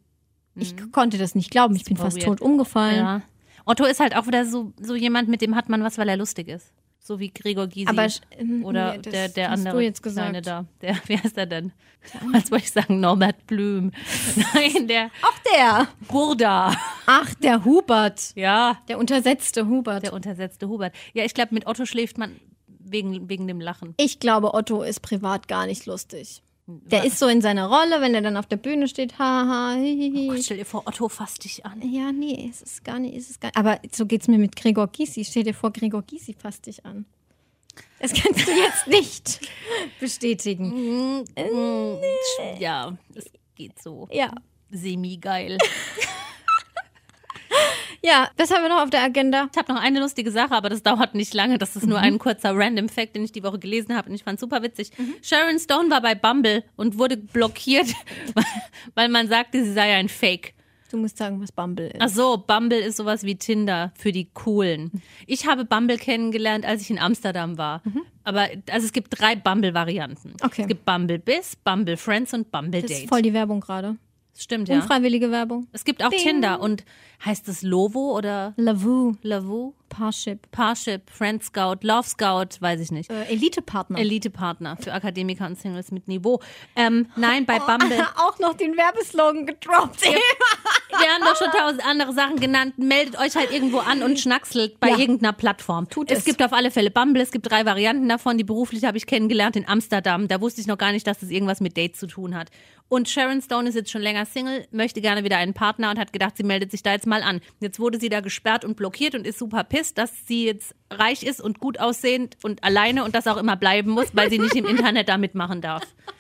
Speaker 2: Ich konnte das nicht glauben. Ich bin
Speaker 3: war
Speaker 2: fast
Speaker 3: weird.
Speaker 2: tot umgefallen.
Speaker 3: Mhm. Ja. Otto ist halt auch wieder so, so jemand, mit dem hat man was, weil er lustig ist. So wie Gregor Gysi.
Speaker 2: Aber sch- ähm,
Speaker 3: oder
Speaker 2: nee, das
Speaker 3: der, der
Speaker 2: hast
Speaker 3: andere
Speaker 2: du jetzt gesagt.
Speaker 3: Kleine da. Der, wie heißt er denn? Als wollte ich sagen, Norbert Blüm. Nein, der
Speaker 2: Auch der.
Speaker 3: Burda.
Speaker 2: Ach, der Hubert.
Speaker 3: Ja,
Speaker 2: Der untersetzte Hubert.
Speaker 3: der untersetzte Hubert. Ja, ich glaube, mit Otto schläft man wegen, wegen dem Lachen.
Speaker 2: ich glaube, Otto ist privat gar nicht lustig. Der ist so in seiner Rolle, wenn er dann auf der Bühne steht, haha, hihihi.
Speaker 3: Oh Gott, stell dir vor, Otto fasst dich an.
Speaker 2: Ja, nee, es ist gar nicht, es ist gar nicht. Aber so geht's mir mit Gregor Gysi. Stell dir vor, Gregor Gysi fasst dich an. Das kannst du jetzt nicht bestätigen.
Speaker 3: Ja, es geht so.
Speaker 2: Ja.
Speaker 3: Semi-geil.
Speaker 2: Ja, das haben wir noch auf der Agenda.
Speaker 3: Ich habe noch eine lustige Sache, aber das dauert nicht lange. Das ist nur ein kurzer Random Fact, den ich die Woche gelesen habe und ich fand super witzig. Sharon Stone war bei Bumble und wurde blockiert, weil- weil man sagte, sie sei ein Fake.
Speaker 2: Du musst sagen, was Bumble ist.
Speaker 3: Ach so, Bumble ist sowas wie Tinder für die Coolen. Ich habe Bumble kennengelernt, als ich in Amsterdam war. Aber also es gibt drei Bumble-Varianten.
Speaker 2: Mhm. Okay.
Speaker 3: Es gibt Bumble Biz, Bumble Friends und Bumble
Speaker 2: das
Speaker 3: Date.
Speaker 2: ist voll die Werbung gerade.
Speaker 3: Stimmt, ja.
Speaker 2: Unfreiwillige Werbung.
Speaker 3: Es gibt auch Tinder und heißt es Lovo oder
Speaker 2: Lavu,
Speaker 3: Lavo?
Speaker 2: Parship,
Speaker 3: Parship, Friend Scout, Love Scout, weiß ich nicht.
Speaker 2: äh, Elite-Partner.
Speaker 3: Elite-Partner für Akademiker und Singles mit Niveau. Ähm, nein,
Speaker 2: Oh.
Speaker 3: bei Bumble
Speaker 2: Auch noch den Werbeslogan gedroppt.
Speaker 3: Wir haben doch schon tausend andere Sachen genannt. Meldet euch halt irgendwo an und schnackselt bei
Speaker 2: Ja.
Speaker 3: irgendeiner Plattform.
Speaker 2: Tut
Speaker 3: es
Speaker 2: es.
Speaker 3: gibt auf alle Fälle Bumble. Es gibt drei Varianten davon. Die beruflich habe ich kennengelernt in Amsterdam. Da wusste ich noch gar nicht, dass das irgendwas mit Date zu tun hat. Und Sharon Stone ist jetzt schon länger Single, möchte gerne wieder einen Partner und hat gedacht, sie meldet sich da jetzt mal an. Jetzt wurde sie da gesperrt und blockiert und ist super pisst, dass sie jetzt reich ist und gut aussehend und alleine und das auch immer bleiben muss, weil sie nicht im Internet da mitmachen darf.
Speaker 2: Ach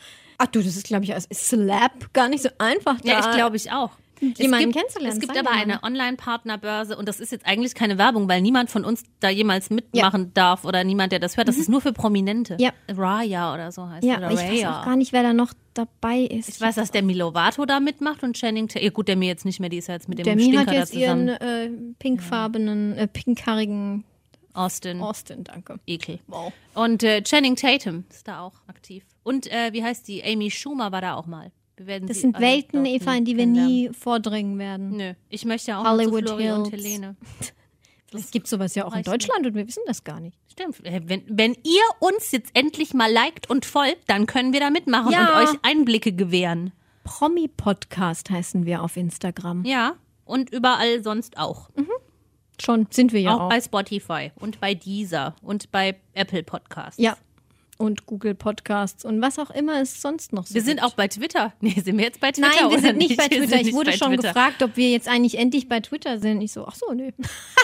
Speaker 2: Ah, du, das ist, glaube ich, als Slap gar nicht so einfach. Da.
Speaker 3: Ja, ich glaube ich auch. Es
Speaker 2: Jemanden
Speaker 3: gibt,
Speaker 2: kennenzulernen,
Speaker 3: Es gibt
Speaker 2: sag
Speaker 3: aber
Speaker 2: mal.
Speaker 3: eine Online-Partnerbörse und das ist jetzt eigentlich keine Werbung, weil niemand von uns da jemals mitmachen darf oder niemand, der das hört. Das ist nur für Prominente.
Speaker 2: Mhm. Ja.
Speaker 3: Raya oder so heißt
Speaker 2: Ja,
Speaker 3: oder
Speaker 2: aber ich weiß auch
Speaker 3: Raya.
Speaker 2: gar nicht, wer da noch dabei ist.
Speaker 3: Ich weiß, dass Demi Lovato da mitmacht und Channing Tatum. Ja, gut, Demi jetzt nicht mehr, die ist ja jetzt mit dem
Speaker 2: Demi
Speaker 3: Stinker
Speaker 2: hat jetzt
Speaker 3: da zusammen.
Speaker 2: ihren äh, pinkfarbenen, äh, pinkhaarigen
Speaker 3: Austin.
Speaker 2: Austin, danke.
Speaker 3: Ekel.
Speaker 2: Wow.
Speaker 3: Und äh, Channing Tatum ist da auch aktiv. Und äh, wie heißt die? Amy Schumer war da auch mal. Wir werden
Speaker 2: Das
Speaker 3: sie
Speaker 2: sind
Speaker 3: alle
Speaker 2: Welten,
Speaker 3: dort
Speaker 2: Eva, in die wir
Speaker 3: kennenlernen. Hm,
Speaker 2: nie vordringen werden.
Speaker 3: Nö, ich möchte ja auch
Speaker 2: Hollywood
Speaker 3: Hollywood zu Flori und
Speaker 2: Hills.
Speaker 3: Helene.
Speaker 2: Vielleicht gibt sowas ja auch in
Speaker 3: reicht
Speaker 2: Deutschland und wir wissen das gar nicht.
Speaker 3: Stimmt. Äh, Wenn, wenn ihr uns jetzt endlich mal liked und folgt, dann können wir da mitmachen
Speaker 2: Ja.
Speaker 3: und euch Einblicke gewähren.
Speaker 2: Promi-Podcast heißen wir auf Instagram.
Speaker 3: Ja. Und überall sonst auch.
Speaker 2: Schon sind wir ja
Speaker 3: auch,
Speaker 2: auch.
Speaker 3: bei Spotify und bei Deezer und bei Apple Podcasts.
Speaker 2: ja. Und Google Podcasts und was auch immer es sonst noch so
Speaker 3: Wir sind
Speaker 2: gibt.
Speaker 3: auch bei Twitter. Nee, sind wir jetzt bei Twitter?
Speaker 2: Nein, wir
Speaker 3: oder
Speaker 2: sind nicht bei
Speaker 3: Wir
Speaker 2: Twitter.
Speaker 3: sind
Speaker 2: Ich
Speaker 3: nicht
Speaker 2: wurde
Speaker 3: bei
Speaker 2: schon
Speaker 3: Twitter.
Speaker 2: gefragt, ob wir jetzt eigentlich endlich bei Twitter sind. Ich so, ach so, nö.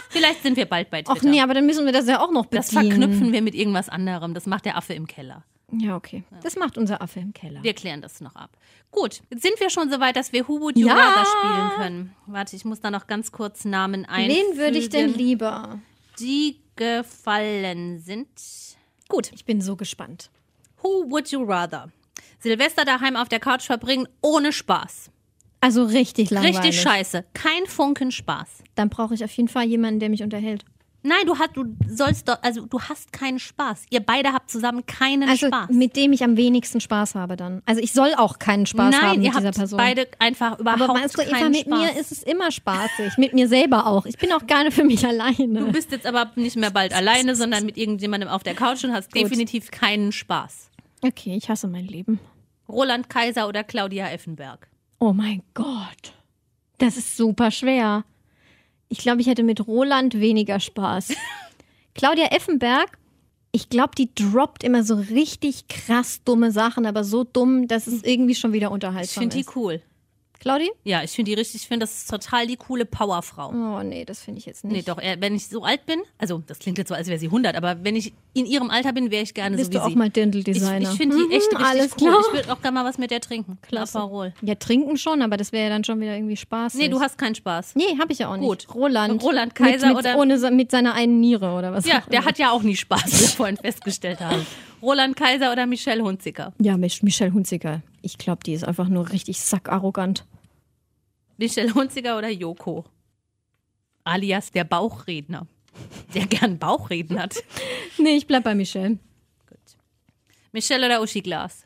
Speaker 3: Vielleicht sind wir bald bei Twitter.
Speaker 2: Ach nee, aber dann müssen wir das ja auch noch bedienen.
Speaker 3: das verknüpfen wir mit irgendwas anderem. Das macht der Affe im Keller.
Speaker 2: Ja, okay. Das macht unser Affe im Keller.
Speaker 3: Wir klären das noch ab. Gut, jetzt sind wir schon so weit, dass wir Hubu
Speaker 2: Ja.
Speaker 3: Jurada spielen können. Warte, ich muss da noch ganz kurz Namen einfügen.
Speaker 2: Wen würde ich denn lieber?
Speaker 3: die gefallen sind. Gut.
Speaker 2: Ich bin so gespannt.
Speaker 3: Who would you rather? Silvester daheim auf der Couch verbringen ohne Spaß.
Speaker 2: Also richtig langweilig.
Speaker 3: Richtig scheiße. Kein Funken Spaß.
Speaker 2: Dann brauche ich auf jeden Fall jemanden, der mich unterhält.
Speaker 3: Nein, du hast, du sollst doch, also du hast keinen Spaß. Ihr beide habt zusammen keinen
Speaker 2: Also
Speaker 3: Spaß.
Speaker 2: mit dem ich am wenigsten Spaß habe dann. Also ich soll auch keinen Spaß
Speaker 3: Nein,
Speaker 2: haben mit
Speaker 3: ihr habt
Speaker 2: dieser Person.
Speaker 3: beide einfach überhaupt
Speaker 2: aber meinst du, Eva,
Speaker 3: keinen
Speaker 2: mit
Speaker 3: Spaß.
Speaker 2: mir ist es immer spaßig. Mit mir selber auch. Ich bin auch gerne für mich
Speaker 3: du
Speaker 2: alleine.
Speaker 3: bist jetzt aber nicht mehr bald alleine, sondern mit irgendjemandem auf der Couch und hast definitiv keinen Spaß.
Speaker 2: Okay, ich hasse mein Leben.
Speaker 3: Roland Kaiser oder Claudia Effenberg.
Speaker 2: Oh mein Gott. Das ist super schwer. Ich glaube, ich hätte mit Roland weniger Spaß. Claudia Effenberg, ich glaube, die droppt immer so richtig krass dumme Sachen, aber so dumm, dass es irgendwie schon wieder
Speaker 3: Ich
Speaker 2: unterhaltsam
Speaker 3: finde die
Speaker 2: ist.
Speaker 3: cool.
Speaker 2: Claudi?
Speaker 3: Ja, ich finde die richtig, ich finde, das ist total die coole Powerfrau.
Speaker 2: Oh nee, das finde ich jetzt nicht.
Speaker 3: Nee, doch, eher, wenn ich so alt bin, also das klingt jetzt so, als wäre sie 100, aber wenn ich in ihrem Alter bin, wäre ich gerne
Speaker 2: Bist
Speaker 3: so also wie
Speaker 2: du auch
Speaker 3: sie.
Speaker 2: mal
Speaker 3: ich
Speaker 2: Dirndl-Designer?
Speaker 3: ich finde die echt
Speaker 2: Mhm,
Speaker 3: richtig
Speaker 2: alles
Speaker 3: cool.
Speaker 2: Klar.
Speaker 3: Ich würde auch gerne mal was mit der trinken. Aperol.
Speaker 2: Ja, trinken schon, aber das wäre ja dann schon wieder irgendwie Spaß.
Speaker 3: Nee, du hast keinen Spaß.
Speaker 2: Nee, habe ich ja auch nicht.
Speaker 3: Gut.
Speaker 2: Roland.
Speaker 3: Roland Kaiser
Speaker 2: mit, mit,
Speaker 3: oder-
Speaker 2: ohne, se- mit seiner einen Niere oder was?
Speaker 3: Ja,
Speaker 2: auch
Speaker 3: der
Speaker 2: immer.
Speaker 3: hat ja auch nie Spaß, wie wir vorhin festgestellt haben. Roland Kaiser oder Michelle Hunziker?
Speaker 2: Ja, Mich- Michelle Hunziker. Ich glaube, die ist einfach nur richtig sackarrogant.
Speaker 3: Michelle Hunziker oder Joko? alias der Bauchredner, der gern Bauchreden hat.
Speaker 2: Nee, ich bleib bei Michelle.
Speaker 3: Michelle oder Uschi Glas?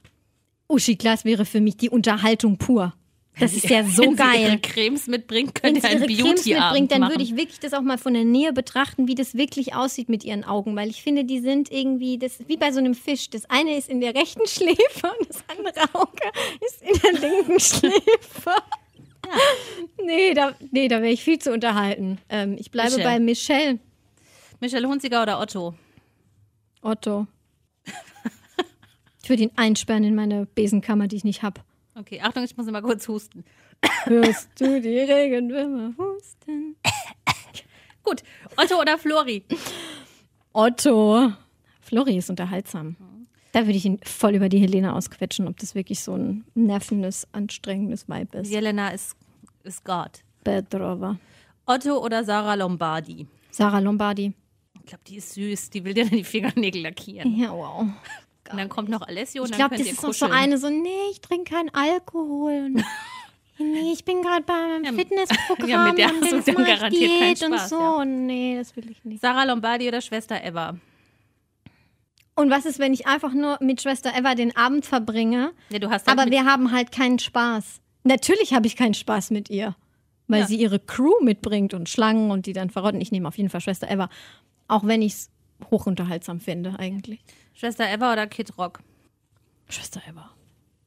Speaker 2: Uschi Glas wäre für mich die Unterhaltung pur. Das ist ja so
Speaker 3: Wenn sie ihre
Speaker 2: geil.
Speaker 3: Cremes mitbringt,
Speaker 2: Wenn
Speaker 3: könnte
Speaker 2: sie
Speaker 3: ein
Speaker 2: ihre Cremes
Speaker 3: Beauty-Abend
Speaker 2: mitbringt, dann
Speaker 3: machen.
Speaker 2: würde ich wirklich das auch mal von der Nähe betrachten, wie das wirklich aussieht mit ihren Augen, weil ich finde, die sind irgendwie das wie bei so einem Fisch. Das eine ist in der rechten Schläfe und das andere Auge ist in der linken Schläfe. Nee, da, nee, da wäre ich viel zu unterhalten. Ähm, ich bleibe
Speaker 3: Michelle.
Speaker 2: bei Michelle
Speaker 3: Michelle Hunziger oder Otto?
Speaker 2: Otto. Ich würde ihn einsperren in meine Besenkammer, die ich nicht habe.
Speaker 3: Okay, Achtung, ich muss mal kurz husten.
Speaker 2: Hörst du die Regenwürmer husten?
Speaker 3: Gut, Otto oder Flori?
Speaker 2: Otto. Flori ist unterhaltsam. Da würde ich ihn voll über die Helena ausquetschen, ob das wirklich so ein nervendes, anstrengendes Weib ist.
Speaker 3: Jelena ist, ist Gott.
Speaker 2: Bedrova.
Speaker 3: Otto oder Sarah Lombardi?
Speaker 2: Sarah Lombardi.
Speaker 3: Ich glaube, die ist süß. Die will dir dann die Fingernägel lackieren.
Speaker 2: Ja, wow.
Speaker 3: Und dann kommt noch Alessio und
Speaker 2: Ich
Speaker 3: Oh, dann
Speaker 2: glaube,
Speaker 3: könnt
Speaker 2: das
Speaker 3: ihr
Speaker 2: ist noch so
Speaker 3: kuscheln.
Speaker 2: eine, so, nee, ich trinke keinen Alkohol. Und nee, ich bin gerade bei meinem
Speaker 3: Ja,
Speaker 2: Fitnessprogramm
Speaker 3: ja, mit der
Speaker 2: und
Speaker 3: hast du
Speaker 2: jetzt
Speaker 3: dann
Speaker 2: mach ich
Speaker 3: garantiert keinen
Speaker 2: Diät und
Speaker 3: Spaß,
Speaker 2: so.
Speaker 3: ja.
Speaker 2: Und nee, das will ich nicht.
Speaker 3: Sarah Lombardi oder Schwester Eva?
Speaker 2: Und was ist, wenn ich einfach nur mit Schwester Eva den Abend verbringe?
Speaker 3: Ja, du hast halt
Speaker 2: Aber
Speaker 3: mit,
Speaker 2: wir haben halt keinen Spaß. Natürlich habe ich keinen Spaß mit ihr, weil
Speaker 3: Ja.
Speaker 2: sie ihre Crew mitbringt und Schlangen und die dann verrotten. Ich nehme auf jeden Fall Schwester Eva, auch wenn ich es hochunterhaltsam finde eigentlich.
Speaker 3: Schwester Eva oder Kid Rock?
Speaker 2: Schwester Eva.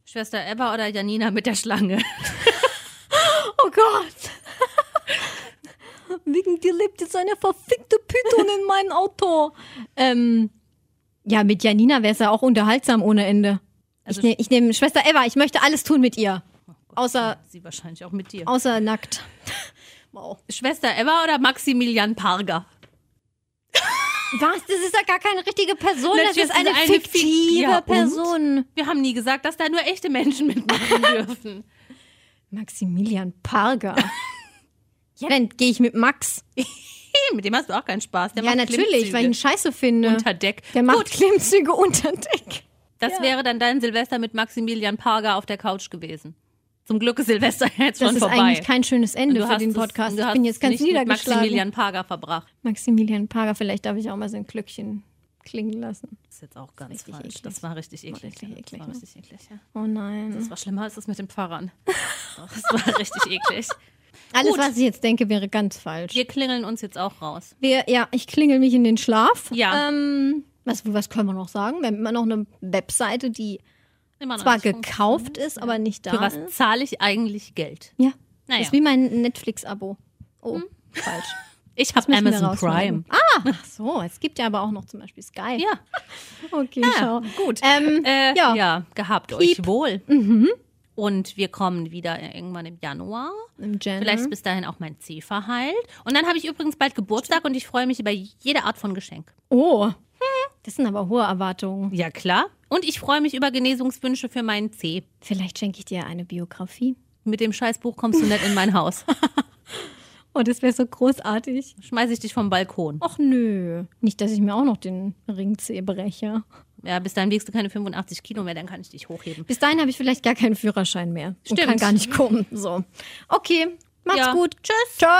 Speaker 3: Schwester Eva oder Janina mit der Schlange?
Speaker 2: Oh Gott! Wegen dir lebt jetzt eine verfickte Python in meinem Auto. Ähm, ja, mit Janina wäre es ja auch unterhaltsam ohne Ende.
Speaker 3: Also
Speaker 2: ich nehme ich nehm Schwester Eva, ich möchte alles tun mit ihr. Außer,
Speaker 3: Sie wahrscheinlich auch mit dir.
Speaker 2: außer nackt. Wow.
Speaker 3: Schwester Eva oder Maximilian Parger?
Speaker 2: Was? Das ist ja gar keine richtige Person.
Speaker 3: Natürlich
Speaker 2: Das ist
Speaker 3: ist es
Speaker 2: eine,
Speaker 3: eine
Speaker 2: fiktive
Speaker 3: fik- Ja, und?
Speaker 2: Person.
Speaker 3: Wir haben nie gesagt, dass da nur echte Menschen mitmachen dürfen.
Speaker 2: Maximilian Parger. ja, dann gehe ich mit Max.
Speaker 3: Hey, mit dem hast du auch keinen Spaß. Der
Speaker 2: ja,
Speaker 3: macht
Speaker 2: natürlich, weil ich ihn
Speaker 3: Klimmzüge
Speaker 2: scheiße finde.
Speaker 3: unter Deck.
Speaker 2: Der macht
Speaker 3: Gut,
Speaker 2: Klimmzüge unter Deck.
Speaker 3: das wäre dann dein Silvester mit Maximilian Parger auf der Couch gewesen. Zum Glück ist Silvester jetzt
Speaker 2: Das
Speaker 3: schon
Speaker 2: ist
Speaker 3: vorbei.
Speaker 2: eigentlich kein schönes
Speaker 3: Und
Speaker 2: Ende
Speaker 3: du
Speaker 2: für
Speaker 3: hast
Speaker 2: den
Speaker 3: es-
Speaker 2: Podcast.
Speaker 3: und du
Speaker 2: ich
Speaker 3: hast
Speaker 2: bin jetzt
Speaker 3: es
Speaker 2: ganz
Speaker 3: nicht mit
Speaker 2: niedergeschlagen. Maximilian.
Speaker 3: Maximilian Parger
Speaker 2: Parger,
Speaker 3: verbracht.
Speaker 2: vielleicht darf ich auch mal sein Glöckchen klingen lassen.
Speaker 3: Das ist jetzt auch ganz
Speaker 2: richtig
Speaker 3: falsch.
Speaker 2: eklig.
Speaker 3: Das war richtig eklig.
Speaker 2: richtig
Speaker 3: ja.
Speaker 2: eklig,
Speaker 3: das war
Speaker 2: ne?
Speaker 3: richtig eklig. Ja.
Speaker 2: Oh nein.
Speaker 3: Das war schlimmer als das mit den Pfarrern. Das war richtig eklig.
Speaker 2: Alles,
Speaker 3: gut.
Speaker 2: was ich jetzt denke, wäre ganz falsch.
Speaker 3: Wir klingeln uns jetzt auch raus.
Speaker 2: Wir, ja, ich klingel mich in den Schlaf.
Speaker 3: Ja.
Speaker 2: Ähm, was, was können wir noch sagen? Wir haben immer noch eine Webseite, die
Speaker 3: Immer noch
Speaker 2: zwar
Speaker 3: nicht funktioniert.
Speaker 2: gekauft ist, aber nicht da
Speaker 3: Für was
Speaker 2: ist.
Speaker 3: zahle ich eigentlich Geld?
Speaker 2: Ja.
Speaker 3: Naja.
Speaker 2: Ist wie mein Netflix-Abo.
Speaker 3: Hm?
Speaker 2: Oh, falsch.
Speaker 3: Ich habe
Speaker 2: müssen wir
Speaker 3: Amazon
Speaker 2: rausschneiden. Ah!
Speaker 3: Prime.
Speaker 2: Ach so, es gibt ja aber auch noch zum Beispiel Sky.
Speaker 3: Ja, Ah,
Speaker 2: Okay, schau.
Speaker 3: gut.
Speaker 2: Ähm,
Speaker 3: Äh,
Speaker 2: ja. Mhm.
Speaker 3: ja. gehabt euch wohl. Und wir kommen wieder irgendwann im Januar.
Speaker 2: Im Januar.
Speaker 3: Vielleicht ist bis dahin auch mein Zeh verheilt. Und dann habe ich übrigens bald Geburtstag und ich freue mich über jede Art von Geschenk.
Speaker 2: Oh, das sind aber hohe Erwartungen.
Speaker 3: Ja, klar. Und ich freue mich über Genesungswünsche für meinen Zeh.
Speaker 2: Vielleicht schenke ich dir eine Biografie.
Speaker 3: Mit dem Scheißbuch kommst du nicht in mein Haus.
Speaker 2: Oh, das wäre so großartig.
Speaker 3: Schmeiße ich dich vom Balkon.
Speaker 2: Och nö. Nicht, dass ich mir auch noch den Ringzeh breche.
Speaker 3: Ja, bis dahin wiegst du keine 85 Kilo mehr, dann kann ich dich hochheben.
Speaker 2: Bis dahin habe ich vielleicht gar keinen Führerschein mehr. Und
Speaker 3: Stimmt.
Speaker 2: kann gar nicht kommen. So. Okay, macht's
Speaker 3: Ja.
Speaker 2: gut. Tschüss. Ciao.